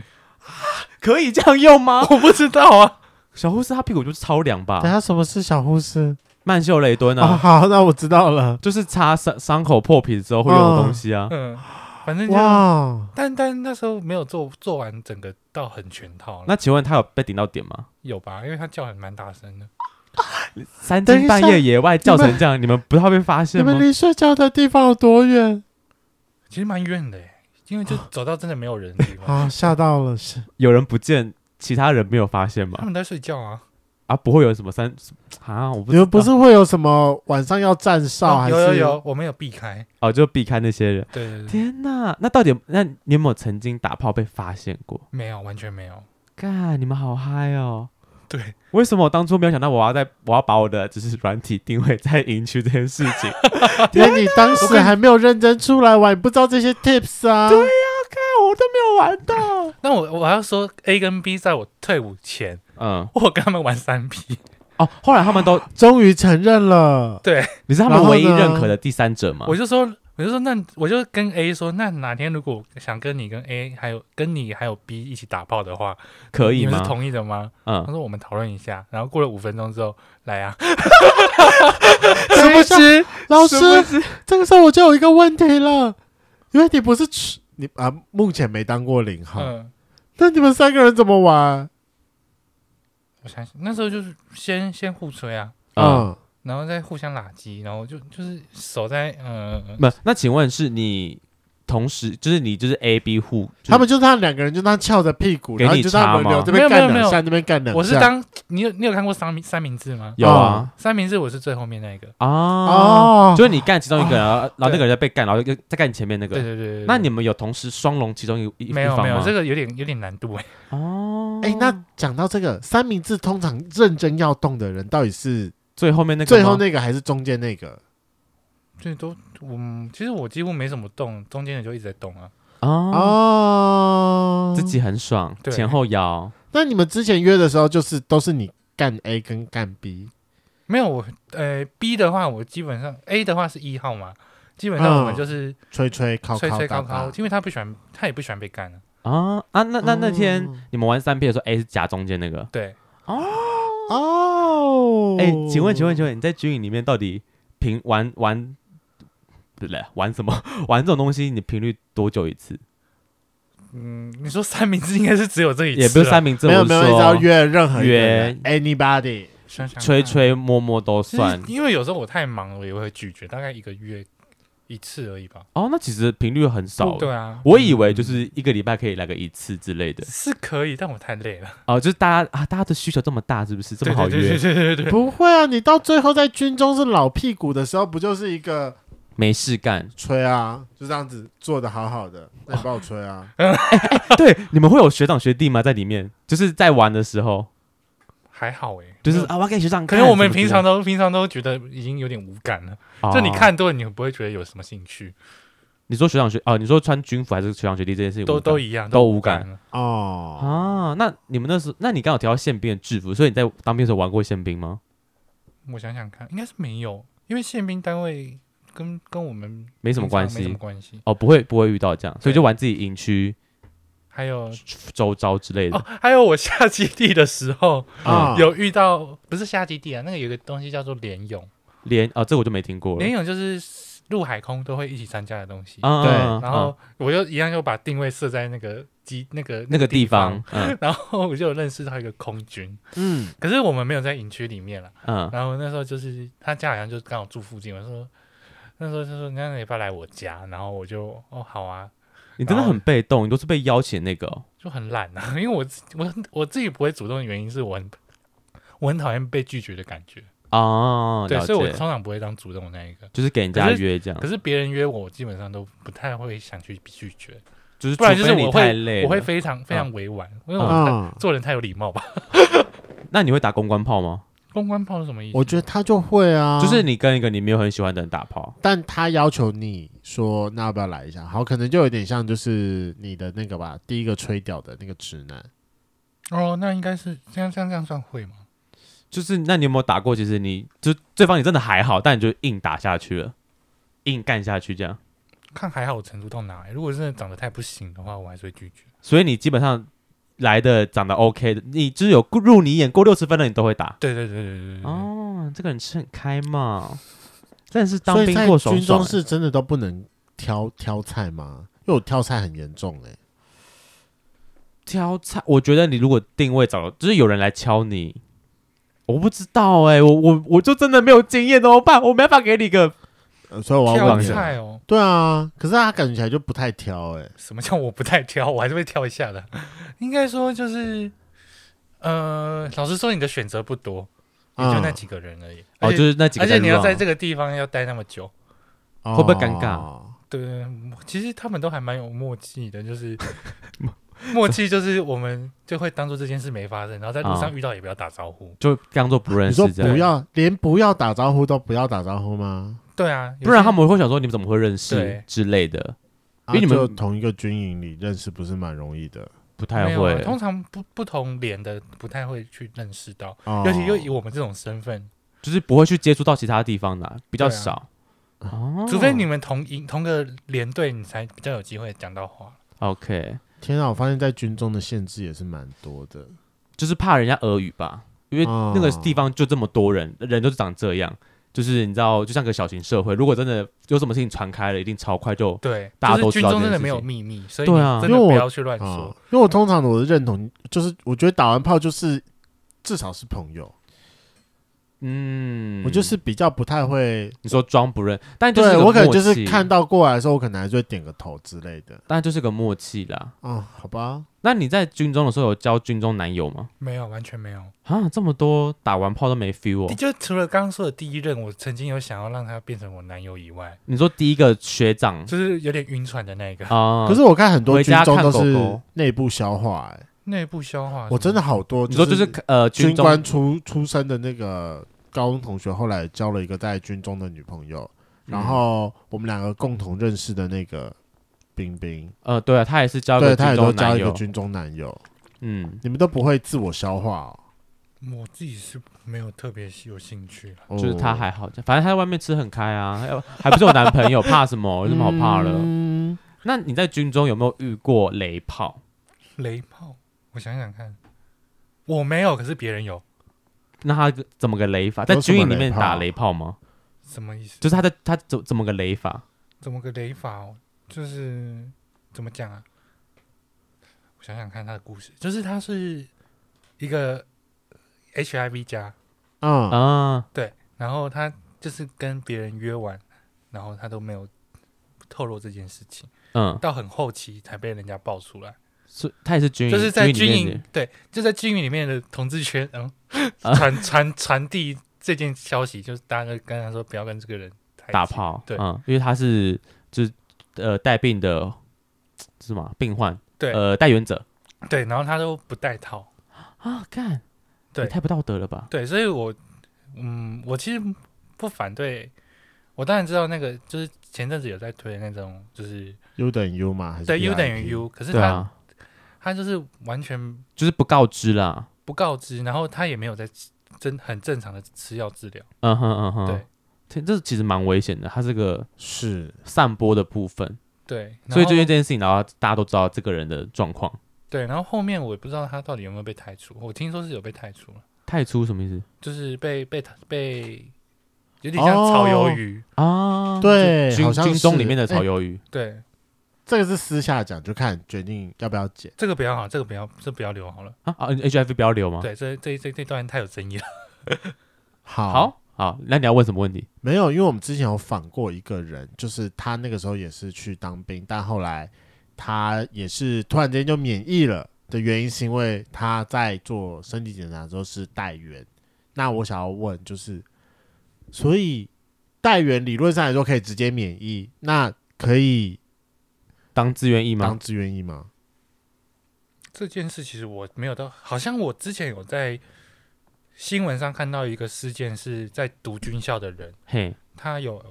Speaker 2: 可以这样用吗？
Speaker 3: 我不知道啊，
Speaker 2: 小护士她屁股就是超凉吧
Speaker 1: 等？下什么是小护士？
Speaker 2: 曼秀雷敦
Speaker 1: 哦，
Speaker 2: 啊，
Speaker 1: 好，那我知道了。
Speaker 2: 就是擦伤伤口破皮之后会用的东西啊。
Speaker 3: 嗯，反正就
Speaker 1: 哇，
Speaker 3: 但但那时候没有做做完整个到很全套了，
Speaker 2: 那请问他有被顶到点吗？
Speaker 3: 有吧？因为他叫很蛮大声的，
Speaker 2: 三
Speaker 1: 等
Speaker 2: 更
Speaker 1: 一下
Speaker 2: 半夜野外叫成这样，你们不怕被发
Speaker 1: 你
Speaker 2: 现吗
Speaker 1: 们？离睡觉的地方有多远？
Speaker 3: 其实蛮远的、欸，因为就
Speaker 2: 啊
Speaker 3: 走到真的没有人的地方，
Speaker 1: 啊，吓到了，是
Speaker 2: 有人不见，其他人没有发现
Speaker 3: 他
Speaker 1: 嗯
Speaker 2: 吗？
Speaker 3: 们在睡觉啊，
Speaker 2: 啊，不会有什么三啊，我不
Speaker 1: 你们不
Speaker 2: 知道
Speaker 1: 是会有什么晚上要站哨
Speaker 3: 哦
Speaker 1: 还是？
Speaker 3: 有有有，我们有避开，
Speaker 2: (laughs) 哦，就避开那些人。
Speaker 3: 对对对，
Speaker 2: 天哪，那到底那你有没有曾经打炮被发现过？
Speaker 3: 没有完全没有，
Speaker 2: 干，你们好嗨哦！
Speaker 3: 对。
Speaker 2: 为什么我当初没有想到我要在我要把我的就是软体定位在营区这件事情？啊，
Speaker 1: 因哎为你当时还没有认真出来玩，你不知道这些 tips 啊。 (laughs) 对，
Speaker 2: 看我都没有玩
Speaker 3: (laughs)
Speaker 2: 到。
Speaker 3: 那我我要说，A 跟 B 在我退伍前， (laughs)
Speaker 2: 嗯，
Speaker 3: 我跟他们玩三 P，
Speaker 2: 哦，后来他们都
Speaker 1: 终于承认了。
Speaker 2: 你是他们
Speaker 1: 然后
Speaker 2: 唯一
Speaker 1: 呢
Speaker 2: 认可的第三者吗？
Speaker 3: 我就说我就说那我就跟 A 说，那哪天如果想跟你跟 A 还有跟你还有 B 一起打炮的话，
Speaker 2: 可以
Speaker 3: 你们是
Speaker 2: 吗？
Speaker 3: 同意的吗？他
Speaker 2: 嗯，
Speaker 3: 说我们讨论一下，然后过了五分钟之后来啊，
Speaker 2: 殊不
Speaker 1: 等
Speaker 2: 知
Speaker 1: 老
Speaker 2: 殊
Speaker 1: 师，
Speaker 2: 不知
Speaker 1: 这个时候我就有一个问题了，因为你不是吃你啊，目前没当过
Speaker 2: 啊
Speaker 1: 零号，
Speaker 3: 嗯，
Speaker 1: 那你们三个人怎么玩？
Speaker 3: 我相信那时候就是先先互吹啊，
Speaker 2: 嗯，
Speaker 1: 嗯，
Speaker 3: 然后再互相拉鸡，然后就就是手在嗯、
Speaker 2: 不，那请问是你同时就是你就是 A B 户，就是
Speaker 1: 他们就这样两个人就这样翘着屁股，
Speaker 2: 给你
Speaker 1: 然后就这样轮
Speaker 2: 插
Speaker 1: 流
Speaker 2: 吗
Speaker 1: 这边
Speaker 3: 没有
Speaker 1: 干
Speaker 3: 没有
Speaker 1: 两下，那边干两下。
Speaker 3: 我是当你有你有看过三明三明治吗？
Speaker 2: 有啊
Speaker 3: 三明治我是最后面那一个，
Speaker 2: 啊，
Speaker 1: 哦，
Speaker 2: 就是你干其中一个，然后然后那个人在被干，然后又再干你前面那
Speaker 3: 对
Speaker 2: 个。
Speaker 3: 对对对，
Speaker 2: 那你们有同时双龙其中一一一
Speaker 3: 没有
Speaker 2: 方吗？
Speaker 3: 没有这个有点有点难度哎、
Speaker 2: 哦，
Speaker 1: 哎，那讲到这个三明治，通常认真要动的人到底是
Speaker 2: 最后面那个吗
Speaker 1: 最后那个还是中间那个？
Speaker 3: 最多嗯，其实我几乎没怎么动，中间的就一直在动啊。
Speaker 2: 哦，
Speaker 1: 哦，
Speaker 2: 自己很爽，
Speaker 3: 对
Speaker 2: 前后摇，
Speaker 1: 那你们之前约的时候，就是都是你干 A 跟干 B，
Speaker 3: 没有我呃 B 的话，我基本上 A 的话是一号嘛，基本上我们就是
Speaker 1: 吹吹敲
Speaker 3: 吹
Speaker 1: 敲
Speaker 3: 吹
Speaker 1: 打
Speaker 3: 高
Speaker 1: 打
Speaker 3: 高，。因为他不喜欢，他也不喜欢被干啊。
Speaker 2: 啊啊，那那那天
Speaker 1: 哦
Speaker 2: 你们玩三 P 的时候，A 是夹中间那个。
Speaker 3: 对，
Speaker 1: 哦，
Speaker 2: 哎，请问请问请问，你在军营里面到底频玩玩，对不对？玩什么？ (laughs) 玩这种东西，你频率多久一次？
Speaker 3: 嗯，你说三明治应该是只有这一次，啊
Speaker 2: 也不是三，明治，
Speaker 1: 没有
Speaker 2: 我是
Speaker 1: 没有，
Speaker 2: 说
Speaker 1: 你只要约任何一个人 anybody，
Speaker 3: 想想看
Speaker 2: 吹。吹摸摸都
Speaker 3: 其实
Speaker 2: 算。
Speaker 1: 嗯
Speaker 3: 因为有时候我太忙了，我也会拒绝，大概一个月一次而已吧。
Speaker 2: 哦，那其实频率很少。
Speaker 3: 对啊，
Speaker 2: 我以为就是一个礼拜可以来个一次之类的。
Speaker 3: 是可以，但我太累了，
Speaker 2: 哦，就是大家啊，大家的需求这么大，是不是这么好
Speaker 3: 对对
Speaker 2: 约？
Speaker 3: 对对对对，
Speaker 1: 不会啊，你到最后在军中是老屁股的时候，不就是一个
Speaker 2: 没事干。
Speaker 1: 吹啊，就这样子做的好好的，那你帮我吹啊，
Speaker 2: 对，你们会有学长学弟吗？在里面，就是在玩的时候，
Speaker 3: 还好哎。
Speaker 2: 就是
Speaker 3: 没有
Speaker 2: 啊，我要给学长
Speaker 3: 可
Speaker 2: 看。
Speaker 3: 能我
Speaker 2: 什
Speaker 3: 们
Speaker 2: 么之
Speaker 3: 平
Speaker 2: 类
Speaker 3: 常都平常都觉得已经有点无感了，
Speaker 2: 的，
Speaker 3: 就你
Speaker 2: 哦，
Speaker 3: 看多了，你不会觉得有什么兴趣，
Speaker 2: 你说学长学哦，你说穿军服还是学长学弟这件事情，
Speaker 3: 都
Speaker 2: 我不知道
Speaker 3: 都一样，
Speaker 2: 都无
Speaker 3: 无
Speaker 2: 感
Speaker 3: 了。
Speaker 1: 哦，
Speaker 2: 啊。那你们那时候，那你刚好提到宪兵的制服，所以你在当兵的时候玩过宪兵吗？
Speaker 3: 我想想看，应该是没有，因为宪兵单位跟跟我们
Speaker 2: 没
Speaker 3: 没
Speaker 2: 什么关
Speaker 3: 没什么
Speaker 2: 系。
Speaker 3: 关系。
Speaker 2: 哦，不会不会遇到这样，所以
Speaker 3: 对
Speaker 2: 就玩自己营区
Speaker 3: 还有
Speaker 2: 周遭之类的。
Speaker 3: 哦， (laughs) 还有我下基地的时候、
Speaker 1: 啊，
Speaker 3: 有遇到，不是下基地啊，那个有一个东西叫做联泳，
Speaker 2: 联啊，这个我就没听过了。
Speaker 3: 联泳就是陆海空都会一起参加的东西。
Speaker 2: 啊，
Speaker 1: 对
Speaker 2: 嗯嗯
Speaker 3: 然后我就一样就把定位设在那个基那个
Speaker 2: 那个地方
Speaker 3: 方，，
Speaker 2: 嗯
Speaker 3: 然后我就有认识到一个空军，
Speaker 1: 嗯，
Speaker 3: 可是我们没有在营区里面了。
Speaker 2: 嗯，
Speaker 3: (laughs) 然后那时候就是他家好像就刚好住附近，我说那时候就说那你要不要来我家？然后我就哦好啊，
Speaker 2: 你真的很被动，你都是被邀请那个哦
Speaker 3: 就很懒啊， (laughs) 因为我自我我自己不会主动的原因是我很我很讨厌被拒绝的感觉，
Speaker 2: 哦，
Speaker 3: 对，
Speaker 2: 了
Speaker 3: 所以我
Speaker 2: 解
Speaker 3: 通常不会当主动的那一个。
Speaker 1: 嗯
Speaker 2: 就是给人家
Speaker 3: 可是
Speaker 2: 约这样
Speaker 3: 可，是别人约我，我基本上都不太会想去拒绝，
Speaker 2: 就是
Speaker 3: 不然就是
Speaker 2: 除非你
Speaker 3: 我
Speaker 2: 太
Speaker 3: 会
Speaker 2: 累了，
Speaker 3: 我会非常非
Speaker 1: 嗯
Speaker 3: 常委婉，因为我太、
Speaker 1: 啊，
Speaker 3: 做人太有礼貌吧。
Speaker 2: 那你会打公关炮吗？
Speaker 3: 公关炮是什么意思？
Speaker 1: 我觉得他就会啊，
Speaker 3: 哦
Speaker 2: 就是，你跟一个你没有很喜欢的人打炮，
Speaker 1: 但他要求你说那要不要来一下，好，可能就有点像就是你的那个吧，第一个吹掉的那个直男，
Speaker 3: 哦，那应该是这样这样这样算会吗？
Speaker 2: 就是那你有没有打过？其实你就对方你真的还好，但你就硬打下去了，硬干下去这样，
Speaker 3: 看还好我程度到哪欸里，如果真的长得太不行的话，我还是会拒绝。
Speaker 2: 所以你基本上来的长得 OK 的，你就是有入你眼过六十分的你都会打。
Speaker 3: 对对对对对对。对
Speaker 2: 哦，这个人吃很开嘛，但是当
Speaker 1: 所以
Speaker 2: 兵
Speaker 1: 在
Speaker 2: 过爽
Speaker 1: 军
Speaker 2: 爽
Speaker 1: 中
Speaker 2: 欸、
Speaker 1: 是真的都不能挑挑菜吗？因为我挑菜很严重哎、
Speaker 2: 挑菜，我觉得你如果定位找，就是有人来敲你，我不知道哎、我我我就真的没有经验，怎么办？我没办法给你一个
Speaker 1: 呃所以我要
Speaker 3: 挑
Speaker 1: 问你啊，
Speaker 3: 菜哦，
Speaker 1: 对啊，可是他感觉起来就不太挑哎、
Speaker 3: 什么叫我不太挑？我还是会挑一下的。应该说就是，呃，老实说，你的选择不多，也就那几个人而已。
Speaker 2: 哦，
Speaker 3: 而
Speaker 2: 就
Speaker 3: 且
Speaker 2: 是那几个
Speaker 3: 而
Speaker 2: 在
Speaker 3: 且
Speaker 2: 路
Speaker 3: 你
Speaker 2: 上，
Speaker 3: 要在这个地方要待那么久，
Speaker 1: 嗯
Speaker 2: 会不会尴尬
Speaker 1: 哦
Speaker 3: 对，其实他们都还蛮有默契的，就是
Speaker 2: (laughs)
Speaker 3: 默契就是我们就会当做这件事没发生，然后在路
Speaker 2: 啊
Speaker 3: 上遇到也不要打招呼。
Speaker 2: 就当做不认
Speaker 1: 你说
Speaker 2: 识这
Speaker 1: 不
Speaker 2: 样，
Speaker 1: 要，连不要打招呼都不要打招呼吗？
Speaker 3: 对啊，有
Speaker 2: 不然
Speaker 3: 些
Speaker 2: 他们会想说你们怎么会认识
Speaker 3: 对
Speaker 2: 之类的，
Speaker 1: 啊
Speaker 2: 因为你们
Speaker 1: 就同一个军营里认识，不是蛮容易的。
Speaker 2: 不
Speaker 3: 没
Speaker 2: 太
Speaker 3: 有啊
Speaker 2: 会。
Speaker 3: 通常不不同脸的不太会去认识到，
Speaker 1: 哦
Speaker 3: 尤其又以我们这种身份，
Speaker 2: 就是不会去接触到其他地方的啊、比较
Speaker 3: 对啊
Speaker 2: 少。哦
Speaker 3: 除非你们同一同个连队，你才比较有机会讲到话。
Speaker 2: 哦 OK，
Speaker 1: 天啊，我发现在军中的限制也是蛮多的。哦
Speaker 2: 就是怕人家俄语吧，因为那个地方就这么多人，人就是长这样，就是你知道，就像个小型社会，如果真的有什么事情传开了，一定超快就
Speaker 3: 对，
Speaker 2: 大家
Speaker 3: 就是
Speaker 2: 都知
Speaker 3: 军
Speaker 2: 道
Speaker 3: 中
Speaker 2: 这
Speaker 3: 真的
Speaker 2: 件
Speaker 3: 没
Speaker 2: 事
Speaker 3: 有
Speaker 2: 情
Speaker 3: 秘密，所以
Speaker 2: 对
Speaker 3: 你
Speaker 2: 啊
Speaker 3: 真
Speaker 1: 因
Speaker 3: 的
Speaker 1: 为
Speaker 3: 不
Speaker 1: 我
Speaker 3: 要去乱
Speaker 1: 啊
Speaker 3: 说。，
Speaker 1: 因为我通常我的认同就是，我觉得打完炮就是至少是朋友，
Speaker 2: 嗯，
Speaker 1: 我就是比较不太会。
Speaker 2: 你说装不认，但就是
Speaker 1: 对
Speaker 2: 个
Speaker 1: 我可能
Speaker 2: 默
Speaker 1: 就是
Speaker 2: 契
Speaker 1: 看，到过来的时候，我可能还是会点个头之类的。
Speaker 2: 但就是个默契啦。
Speaker 1: 哦，好吧，
Speaker 2: 那你在军中的时候有交军中男友吗？
Speaker 3: 没有，完全没有。
Speaker 2: 啊，这么多打完炮都没 feel 哦。
Speaker 3: 就除了刚刚说的第一任，我曾经有想要让他变成我男友以外，
Speaker 2: 你说第一个学长
Speaker 3: 就是有点晕船的那个，
Speaker 2: 啊，
Speaker 1: 可是我看很多
Speaker 2: 回
Speaker 1: 军
Speaker 2: 家
Speaker 1: 中
Speaker 2: 看
Speaker 1: 都
Speaker 2: 狗
Speaker 1: 是
Speaker 2: 狗
Speaker 1: 内部消化，哎，
Speaker 3: 内部消化。
Speaker 1: 我真的，好多。
Speaker 2: 你说就是呃
Speaker 1: 军
Speaker 2: 军中
Speaker 1: 官出出身的那个高中同学，后来交了一个在军中的女朋友，
Speaker 2: 嗯
Speaker 1: 然后我们两个共同认识的那个冰冰，
Speaker 2: 呃对啊，他也是交一
Speaker 1: 对
Speaker 2: 个
Speaker 1: 她
Speaker 2: 军
Speaker 1: 也都
Speaker 2: 中
Speaker 1: 交
Speaker 2: 男
Speaker 1: 一个
Speaker 2: 友，
Speaker 1: 军中男友，
Speaker 2: 嗯，
Speaker 1: 你们都不会自我消化哦。
Speaker 3: 我自己是没有特别有兴趣了。
Speaker 2: 就是他
Speaker 1: 哦
Speaker 2: 还好，反正他在外面吃很开啊，还有还不是有男朋友，怕什么？有什么好怕的？
Speaker 1: 嗯，
Speaker 2: 那你在军中有没有遇过雷炮？
Speaker 3: 雷炮，我想想看，我没有，可是别人有，
Speaker 2: 那他怎么个雷法？
Speaker 1: 有
Speaker 2: 在
Speaker 1: 什么
Speaker 2: 军营里
Speaker 1: 雷
Speaker 2: 面打
Speaker 1: 炮
Speaker 2: 雷炮吗？
Speaker 3: 什么意思？
Speaker 2: 就是他在他怎怎么个雷法？
Speaker 3: 怎么个雷法、哦？就是怎么讲啊？我想想看他的故事，就是他是一个 HIV 加，
Speaker 1: 嗯
Speaker 2: 啊，
Speaker 3: 然后他就是跟别人约完，然后他都没有透露这件事情，
Speaker 2: 嗯，
Speaker 3: 到很后期才被人家爆出来，
Speaker 2: 是他也是军营，
Speaker 3: 就是在
Speaker 2: 嗯
Speaker 3: 军
Speaker 2: 里面
Speaker 3: 营对，就在军营里面的同志圈，
Speaker 2: (laughs)
Speaker 3: 嗯，
Speaker 2: 啊
Speaker 3: 传传传递这件消息，就是大家跟他说不要跟这个人太
Speaker 2: 打
Speaker 3: 近，
Speaker 2: 炮，
Speaker 3: 对
Speaker 2: 嗯，因为他是就是呃带病的，是什么病患？
Speaker 3: 对
Speaker 2: 呃，带原者
Speaker 3: 对，然后他都不带套，
Speaker 2: 啊，干，
Speaker 3: 对
Speaker 2: 也太不道德了吧？
Speaker 3: 对，所以我，嗯，我其实不反对。我当然知道那个，就是前阵子有在推的那种，就是
Speaker 1: ，U 等于 U 嘛，还是
Speaker 3: 对 U 等
Speaker 1: PRP
Speaker 3: 于 U，可是
Speaker 2: 对
Speaker 3: 他、
Speaker 2: 啊，
Speaker 3: 他就是完全
Speaker 2: 就是不告知啦，
Speaker 3: 不告知，然后他也没有在真很正常的吃药治疗，
Speaker 2: 嗯哼嗯哼，
Speaker 3: 对
Speaker 2: 这，这其实蛮危险的，它这个
Speaker 1: 是
Speaker 2: 散播的部分，
Speaker 3: 对，然
Speaker 2: 所以就因为
Speaker 3: 后
Speaker 2: 这件事情，然后大家都知道这个人的状况，
Speaker 3: 对，然后后面我也不知道他到底有没有被开除，我听说是有被开除了，
Speaker 2: 太粗什么意思
Speaker 3: 就是被被被有点像炒鱿
Speaker 1: 哦
Speaker 3: 鱼，
Speaker 2: 啊？
Speaker 1: 对
Speaker 2: 就
Speaker 1: 好
Speaker 2: 军
Speaker 1: 像
Speaker 2: 军中里
Speaker 1: 是
Speaker 2: 面的
Speaker 1: 哎
Speaker 2: 炒鱿鱼，
Speaker 3: 对，
Speaker 1: 这个是私下讲，就看决定要不要剪。
Speaker 3: 这个不要好，这个不要，这不要留好了，
Speaker 2: 啊啊，HIV 不要留吗？
Speaker 3: 对，这这这这段太有争议了， (laughs)
Speaker 1: 好，
Speaker 2: 好好，那你要问什么问题？
Speaker 1: 没有，因为我们之前有访过一个人，就是他那个时候也是去当兵，但后来他也是突然间就免疫了的原因，是因为他在做身体检查之后是带源。那我想要问，就是所以带源理论上来说可以直接免疫，那可以
Speaker 2: 当自愿意吗
Speaker 1: 当？自愿役吗？
Speaker 3: 这件事其实我没有到，好像我之前有在新闻上看到一个事件，是在读军校的人，
Speaker 2: 嘿，
Speaker 3: 他有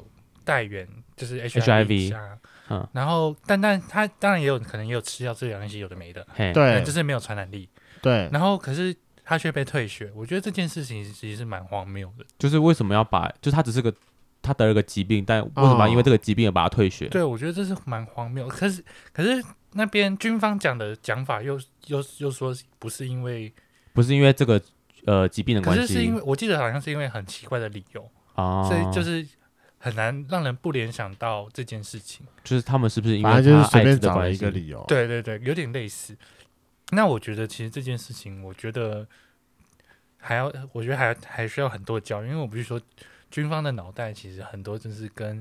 Speaker 3: 带源，就是
Speaker 2: HIV
Speaker 3: 加
Speaker 2: 嗯
Speaker 3: 然后但但他当然也有可能也有吃药治疗那些有的没的，
Speaker 2: 嘿，
Speaker 1: 对
Speaker 3: 但就是没有传染力。
Speaker 1: 对，
Speaker 3: 然后可是他却被退学，我觉得这件事情其实是蛮荒谬的。
Speaker 2: 就是为什么要把？就是他只是个他得了个疾病，但为什么要因
Speaker 1: 哦
Speaker 2: 为这个疾病而把他退学？
Speaker 3: 对，我觉得这是蛮荒谬。可是可是那边军方讲的讲法又又又说不是因为，
Speaker 2: 不是因为这个呃疾病的
Speaker 3: 可
Speaker 2: 关
Speaker 3: 是
Speaker 2: 系，
Speaker 3: 是因为我记得好像是因为很奇怪的理由。
Speaker 2: 啊，
Speaker 3: 所以就是很难让人不联想到这件事情。
Speaker 2: 就是他们是不是因为
Speaker 1: 反正就是
Speaker 2: 他
Speaker 1: 随
Speaker 2: 艾滋
Speaker 1: 便
Speaker 2: 的
Speaker 1: 找了
Speaker 2: 关
Speaker 1: 一
Speaker 2: 系
Speaker 1: 个理由。，
Speaker 3: 对对对，有点类似。那我觉得其实这件事情，我觉得还要，我觉得还还需要很多教育，因为我不是说军方的脑袋其实很多就是跟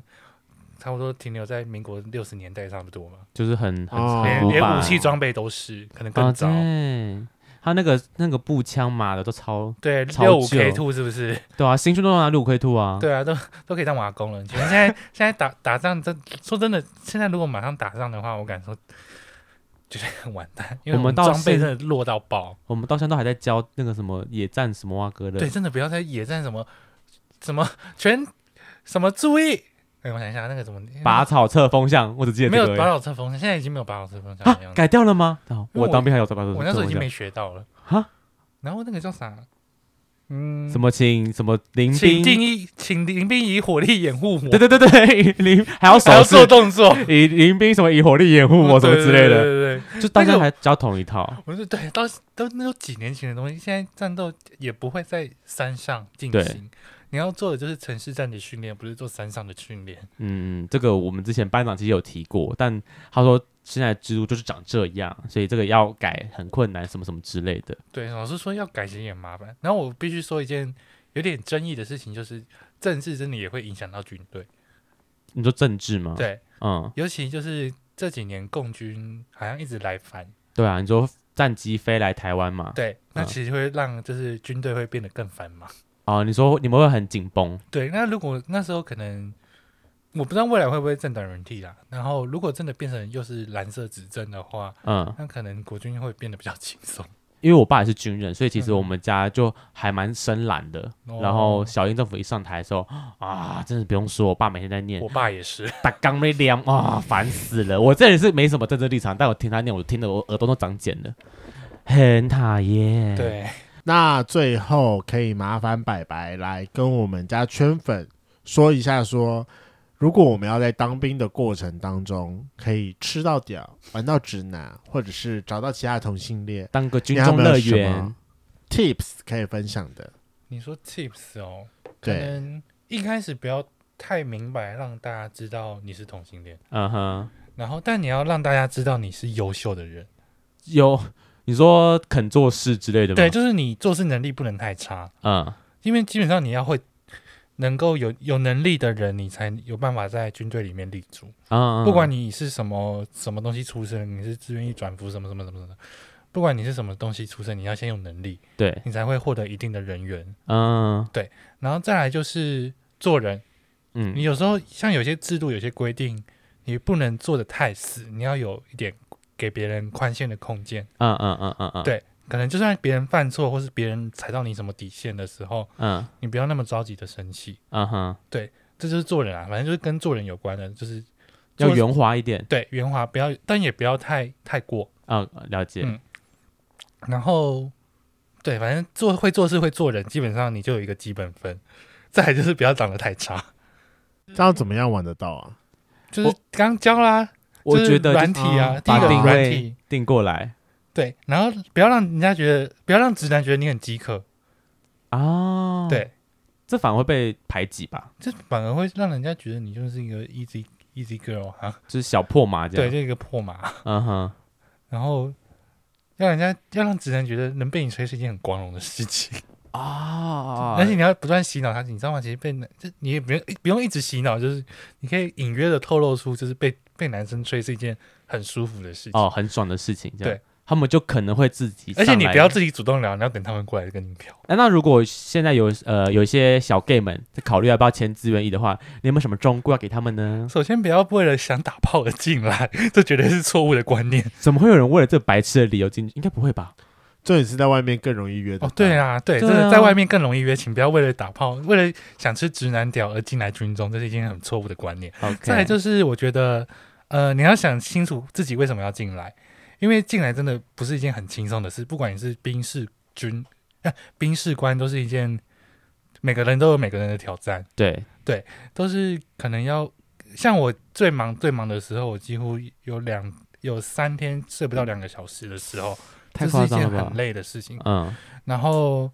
Speaker 3: 差不多停留在民国六十年代差不多嘛，
Speaker 2: 就是很很
Speaker 1: 哦
Speaker 2: 很
Speaker 3: 连
Speaker 2: 古
Speaker 3: 连
Speaker 2: 板
Speaker 3: 武器装备都是，可能
Speaker 2: 啊，
Speaker 3: 更早。
Speaker 2: 对，他那个那个步枪嘛的都超
Speaker 3: 对，
Speaker 2: 超
Speaker 3: 六五 K
Speaker 2: 旧
Speaker 3: 兔是不是？
Speaker 2: 对啊，新训都拿六可以吐啊，
Speaker 3: 对啊，都 (laughs) 都可以当瓦工了。请问现在 (laughs) 现在打打仗，真说真的，现在如果马上打仗的话，我敢说觉得很完蛋，因为
Speaker 2: 我们
Speaker 3: 们
Speaker 2: 到
Speaker 3: 装备
Speaker 2: 现
Speaker 3: 真的弱到爆。
Speaker 2: 我们到现在都还在教那个什么野战什么哇哥的，
Speaker 3: 对，真的不要再野战什么什么 (laughs) 全什么注意。哎，我想一下那个怎么
Speaker 2: 拔草测风向，我只记得
Speaker 3: 没
Speaker 2: 这
Speaker 3: 有
Speaker 2: 个
Speaker 3: 拔
Speaker 2: 而已
Speaker 3: 草测风向，现在已经没有拔草测风向的
Speaker 2: 啊
Speaker 3: 样子。
Speaker 2: 改掉了吗？啊
Speaker 3: 因为
Speaker 2: 我
Speaker 3: 我
Speaker 2: 当兵还有拔草测
Speaker 3: 我
Speaker 2: 风
Speaker 3: 那时候已经
Speaker 2: 向
Speaker 3: 没学到了
Speaker 2: 啊。
Speaker 3: 然后那个叫啥？嗯，
Speaker 2: 什么请什么临
Speaker 3: 请
Speaker 2: 兵，
Speaker 3: 定义，请林兵以火力掩护我，
Speaker 2: 对对对对，临还要手
Speaker 3: 还要
Speaker 2: 势
Speaker 3: 做动作，
Speaker 2: 以临兵什么以火力掩护我什么之类
Speaker 3: 对
Speaker 2: 的，
Speaker 3: 对对对，
Speaker 2: 就大
Speaker 3: 那
Speaker 2: 家
Speaker 3: 个
Speaker 2: 还教同一套。
Speaker 3: 我说对，当时都那都几年前的东西，现在战斗也不会在山上进
Speaker 2: 对
Speaker 3: 行。你要做的就是城市战的训练，不是做山上的训练。
Speaker 2: 嗯，这个我们之前班长其实有提过，但他说现在的制度就是长这样，所以这个要改很困难，什么什么之类的。
Speaker 3: 对，老师说要改其实也麻烦。然后我必须说一件有点争议的事情，就是政治真的也会影响到军队。
Speaker 2: 你说政治吗？，
Speaker 3: 对，
Speaker 2: 嗯，
Speaker 3: 尤其就是这几年共军好像一直来犯，
Speaker 2: 对啊，你说战机飞来台湾嘛？
Speaker 3: 对，那
Speaker 2: 嗯
Speaker 3: 其实会让就是军队会变得更繁忙。
Speaker 2: 哦，你说你们会很紧绷，
Speaker 3: 对，那如果那时候可能，我不知道未来会不会政党轮替啦。然后如果真的变成又是蓝色执政的话，
Speaker 2: 嗯，
Speaker 3: 那可能国军会变得比较轻松。
Speaker 2: 因为我爸也是军人，所以其实
Speaker 3: 嗯
Speaker 2: 我们家就还蛮深蓝的。
Speaker 3: 哦
Speaker 2: 然后小英政府一上台的时候，啊，真的不用说，我爸每天在念
Speaker 3: 我爸也是，
Speaker 2: 打刚没凉啊，烦死了！我这人是没什么政治立场，但我听他念，我听得我耳朵都长茧了，很讨厌。，
Speaker 3: 对，
Speaker 1: 那最后可以麻烦白白来跟我们家圈粉说一下说如果我们要在当兵的过程当中可以吃到屌、玩到直男，或者是找到其他同性恋
Speaker 2: 当个军
Speaker 1: 你还有
Speaker 2: 中
Speaker 1: 没有
Speaker 2: 乐
Speaker 1: 什么
Speaker 2: 园，
Speaker 1: ，tips 可以分享的。
Speaker 3: 你说 tips 哦，可
Speaker 1: 对，
Speaker 3: 能一开始不要太明白，让大家知道你是同性恋，
Speaker 2: 嗯哼，
Speaker 3: 然后但你要让大家知道你是优秀的人，
Speaker 2: 有你说肯做事之类的吗？
Speaker 3: 对，就是你做事能力不能太差，
Speaker 2: 嗯，
Speaker 3: 因为基本上你要会能够有有能力的人，你才有办法在军队里面立足。
Speaker 2: 嗯嗯，
Speaker 3: 不管
Speaker 2: 你
Speaker 3: 你是什么什么东西出身，你是自愿意转服什么什么什么什么，不管你是什么东西出身，你要先有能力，
Speaker 2: 对，
Speaker 3: 你才会获得一定的人缘。
Speaker 2: 嗯
Speaker 3: 然后再来就是做人，
Speaker 2: 嗯，
Speaker 3: 你有时候像有些制度、有些规定，你不能做的太死，你要有一点给别人宽限的空间。
Speaker 2: 嗯嗯嗯嗯嗯，
Speaker 3: 对可能就算别人犯错，或是别人踩到你什么底线的时候，
Speaker 2: 嗯
Speaker 3: 你不要那么着急的生气。
Speaker 2: 嗯哼，
Speaker 3: 这就是做人啊，反正就是跟做人有关的，就是
Speaker 2: 要
Speaker 3: 做
Speaker 2: 圆滑一点。
Speaker 3: 对圆滑，不要，但也不要太太过。
Speaker 2: 啊，了解。
Speaker 3: 嗯然后，对，反正做会做事会做人，基本上你就有一个基本分。再来就是不要长得太差，
Speaker 1: 这样怎么样玩得到啊？
Speaker 3: (laughs) 就是刚教啦，
Speaker 2: 我
Speaker 3: 就是
Speaker 2: 觉得
Speaker 3: 软
Speaker 2: 就
Speaker 3: 体啊，
Speaker 1: 嗯
Speaker 3: 第一个
Speaker 2: 把定
Speaker 3: 软
Speaker 2: 位
Speaker 3: 体，
Speaker 2: 定过来
Speaker 3: 对，然后不要让人家觉得，不要让直男觉得你很饥渴，
Speaker 2: 啊，，
Speaker 3: 对，
Speaker 2: 这反而会被排挤吧，
Speaker 3: 这反而会让人家觉得你就是一个 easy easy girl 啊，
Speaker 2: 就是小破麻这
Speaker 3: 对，
Speaker 2: 样。
Speaker 3: 就一个破马，
Speaker 2: 嗯哼，
Speaker 3: 然后让人家要让直男觉得能被你吹是一件很光荣的事情，
Speaker 2: 啊，
Speaker 3: 而且你要不断洗脑他，你知道吗？其实被男，这你也不用不用一直洗脑，就是你可以隐约的透露出，就是被被男生吹是一件很舒服的事情。
Speaker 2: 哦，很爽的事情，这样
Speaker 3: 对，
Speaker 2: 他们就可能会自己上
Speaker 3: 而
Speaker 2: 来。
Speaker 3: 且你不要自己主动聊，你要等他们过来跟你聊。
Speaker 2: 哎。那如果现在有呃有一些小 gay 们在考虑要不要签自愿役的话，你有没有什么忠告要给他们呢？
Speaker 3: 首先，不要为了想打炮而进来， (laughs) 这绝对是错误的观念。
Speaker 2: 怎么会有人为了这白痴的理由进去？应该不会吧？
Speaker 1: 重点是在外面更容易约的。
Speaker 3: 哦，对，啊，对，真
Speaker 2: 对
Speaker 3: 的
Speaker 2: 啊
Speaker 3: 在外面更容易约情，不要为了打炮，为了想吃直男屌而进来军中，这是一件很错误的观念。
Speaker 2: o k
Speaker 3: 再来就是，我觉得，呃，你要想清楚自己为什么要进来，因为进来真的不是一件很轻松的事，不管你是兵士、军、呃、兵士官，都是一件每个人都有每个人的挑战，
Speaker 2: 对，
Speaker 3: 都是可能要像我最忙最忙的时候，我几乎有两有三天睡不到两个小时的时候，
Speaker 2: 太
Speaker 3: 这是
Speaker 2: 夸
Speaker 3: 一
Speaker 2: 张
Speaker 3: 件
Speaker 2: 了吧
Speaker 3: 很？累的事情。
Speaker 2: 嗯，
Speaker 3: 然后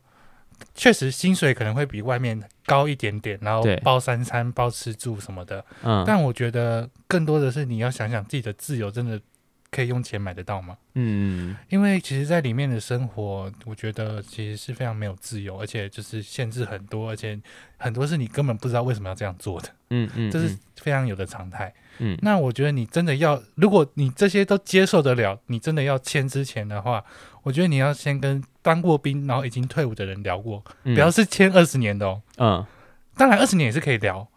Speaker 3: 确实薪水可能会比外面高一点点，然后
Speaker 2: 对
Speaker 3: 包三餐、包吃住什么的。
Speaker 2: 嗯
Speaker 3: 但我觉得更多的是你要想想自己的自由真的可以用钱买得到吗？
Speaker 2: 嗯，
Speaker 3: 因为其实，在里面的生活，我觉得其实是非常没有自由，而且就是限制很多，而且很多是你根本不知道为什么要这样做的，
Speaker 2: 嗯嗯，
Speaker 3: 这是非常有的常态。
Speaker 2: 嗯嗯
Speaker 3: 那我觉得你真的要，如果你这些都接受得了，你真的要签之前的话，我觉得你要先跟当过兵，然后已经退伍的人聊过，
Speaker 2: 嗯
Speaker 3: 不要是签二十年的哦，
Speaker 2: 嗯
Speaker 3: 当然二十年也是可以聊。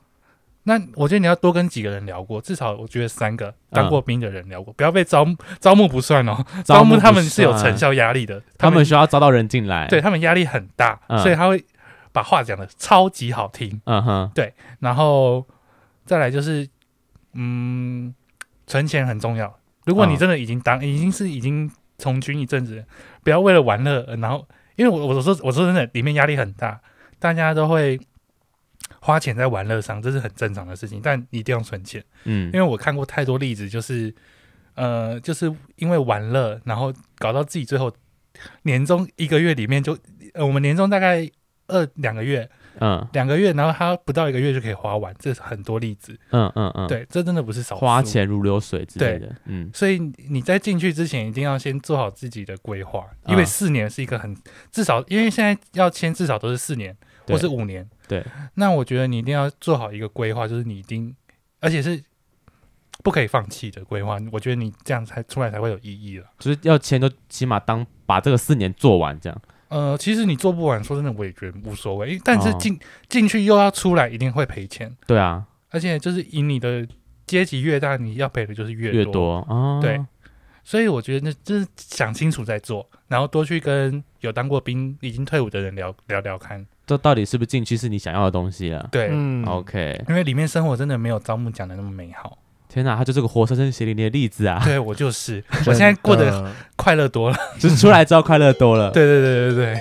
Speaker 3: 那我觉得你要多跟几个人聊过，至少我觉得三个
Speaker 2: 嗯
Speaker 3: 当过兵的人聊过，不要被招募招募不算
Speaker 2: (laughs)
Speaker 3: 哦，招募
Speaker 2: 不嗯
Speaker 3: 他们是有
Speaker 2: 算
Speaker 3: 成，效压力的，
Speaker 2: 他们需要招到人进来。
Speaker 3: 对，他们压力很大，
Speaker 2: 嗯
Speaker 3: 所以他会把话讲的超级好听，
Speaker 2: 嗯哼，
Speaker 3: 然后再来就是嗯，存钱很重要。如果你
Speaker 2: 嗯
Speaker 3: 真的已经当已经是已经从军一阵子，不要为了玩乐，呃然后因为我我说我说真的，里面压力很大，大家都会花钱在玩乐上，这是很正常的事情，但你一定要存钱，
Speaker 2: 嗯
Speaker 3: 因为我看过太多例子，就是呃，就是因为玩乐，然后搞到自己最后年终一个月里面就，呃、我们年终大概二两个月，
Speaker 2: 嗯
Speaker 3: 两个月，然后他不到一个月就可以花完，这是很多例子，
Speaker 2: 嗯嗯嗯，，
Speaker 3: 对，这真的不是少数
Speaker 2: 花。钱如流水之类的，嗯
Speaker 3: 所以你在进去之前，一定要先做好自己的规划，因为
Speaker 2: 啊
Speaker 3: 四年是一个很至少，因为现在要签至少都是四年
Speaker 2: 对
Speaker 3: 或是五年。
Speaker 2: 对，
Speaker 3: 那我觉得你一定要做好一个规划，就是你一定，而且是不可以放弃的规划。我觉得你这样才出来才会有意义了。
Speaker 2: 就是要钱都起码当把这个四年做完这样，
Speaker 3: 呃，其实你做不完，说真的，我也觉得无所谓。因为但是
Speaker 2: 哦
Speaker 3: 进、进去又要出来，一定会赔钱，
Speaker 2: 对啊，
Speaker 3: 而且就是以你的阶级越大，你要赔的就是
Speaker 2: 越多啊，
Speaker 3: 对所以我觉得那就是想清楚再做，然后多去跟有当过兵、已经退伍的人聊聊聊看。
Speaker 2: 这到底是不是进去是你想要的东西了
Speaker 3: 对，
Speaker 1: 嗯，
Speaker 2: ？OK，
Speaker 3: 因为里面生活真的没有招募讲的那么美好。 (laughs)
Speaker 2: 天哪，他就是个活生生血淋淋的例子啊， (laughs)
Speaker 3: 对我就是， (laughs)
Speaker 1: 真的，
Speaker 3: 我现在过得快乐多了。
Speaker 2: 就是出来之后快乐多了。
Speaker 3: 对对对对对，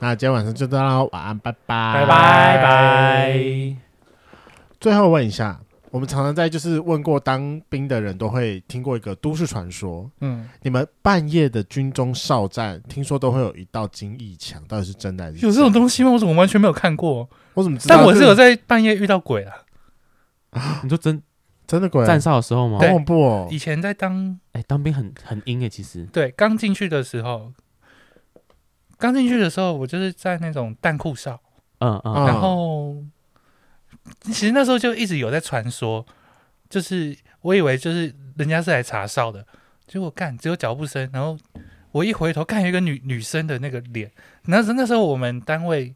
Speaker 1: 那今天晚上就到喽，晚安，拜拜，
Speaker 2: 拜
Speaker 3: 拜拜
Speaker 2: 拜。
Speaker 1: 最后问一下，我们常常在就是问过当兵的人都会听过一个都市传说，
Speaker 3: 嗯，
Speaker 1: 你们半夜的军中哨站，听说都会有一道金翼墙，到底是真的还是假的
Speaker 3: 有这种东西吗？我怎么完全没有看过？
Speaker 1: 我怎么知道？
Speaker 3: 但我是有在半夜遇到鬼啊。
Speaker 2: 你说真
Speaker 1: 真的鬼，啊
Speaker 2: 站哨的时候吗
Speaker 1: 好？恐怖哦！
Speaker 3: 以前在当
Speaker 2: 哎，当兵很很阴哎，其实。
Speaker 3: 对刚进去的时候，刚进去的时候，我就是在那种弹库哨。
Speaker 2: 嗯嗯
Speaker 1: 嗯
Speaker 3: 然后其实那时候就一直有在传说，就是我以为就是人家是来查哨的，结果干只有脚步声，然后我一回头看有一个女女生的那个脸，那时那时候我们单位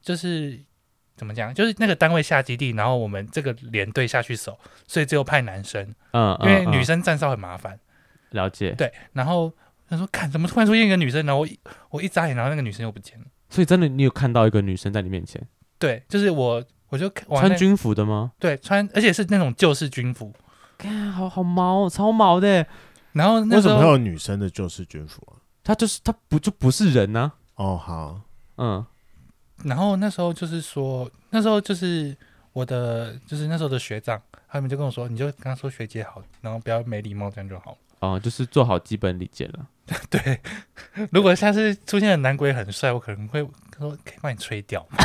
Speaker 3: 就是怎么讲，就是那个单位下基地，然后我们这个连队下去守，所以只有派男生，
Speaker 2: 嗯，
Speaker 3: 因为
Speaker 2: 嗯
Speaker 3: 女
Speaker 2: 嗯
Speaker 3: 生站哨很麻烦，
Speaker 2: 了解，
Speaker 3: 对，然后。他说：“看，怎么突然出现一个女生？然后我一我一眨眼，然后那个女生又不见了。
Speaker 2: 所以真的你有看到一个女生在你面前，
Speaker 3: 对，就是我，我就看往那
Speaker 2: 穿军服的吗？
Speaker 3: 对，穿而且是那种旧式军服。
Speaker 2: 看，好好毛哦，超毛的耶。
Speaker 3: 然后那
Speaker 1: 为
Speaker 3: 时
Speaker 1: 什
Speaker 3: 候
Speaker 1: 么会有女生的救世军服啊？
Speaker 2: 他就是他不就不是人呢？
Speaker 1: 哦，好，
Speaker 2: 嗯
Speaker 3: 然后那时候就是说，那时候就是我的，就是那时候的学长，他们就跟我说，你就跟他说学姐好，然后不要没礼貌，这样就好了。 (laughs)
Speaker 2: 哦，就是做好基本礼节了。
Speaker 3: 对， (laughs) 如果下次出现的男鬼很帅，我可能会说可以帮你吹掉吗。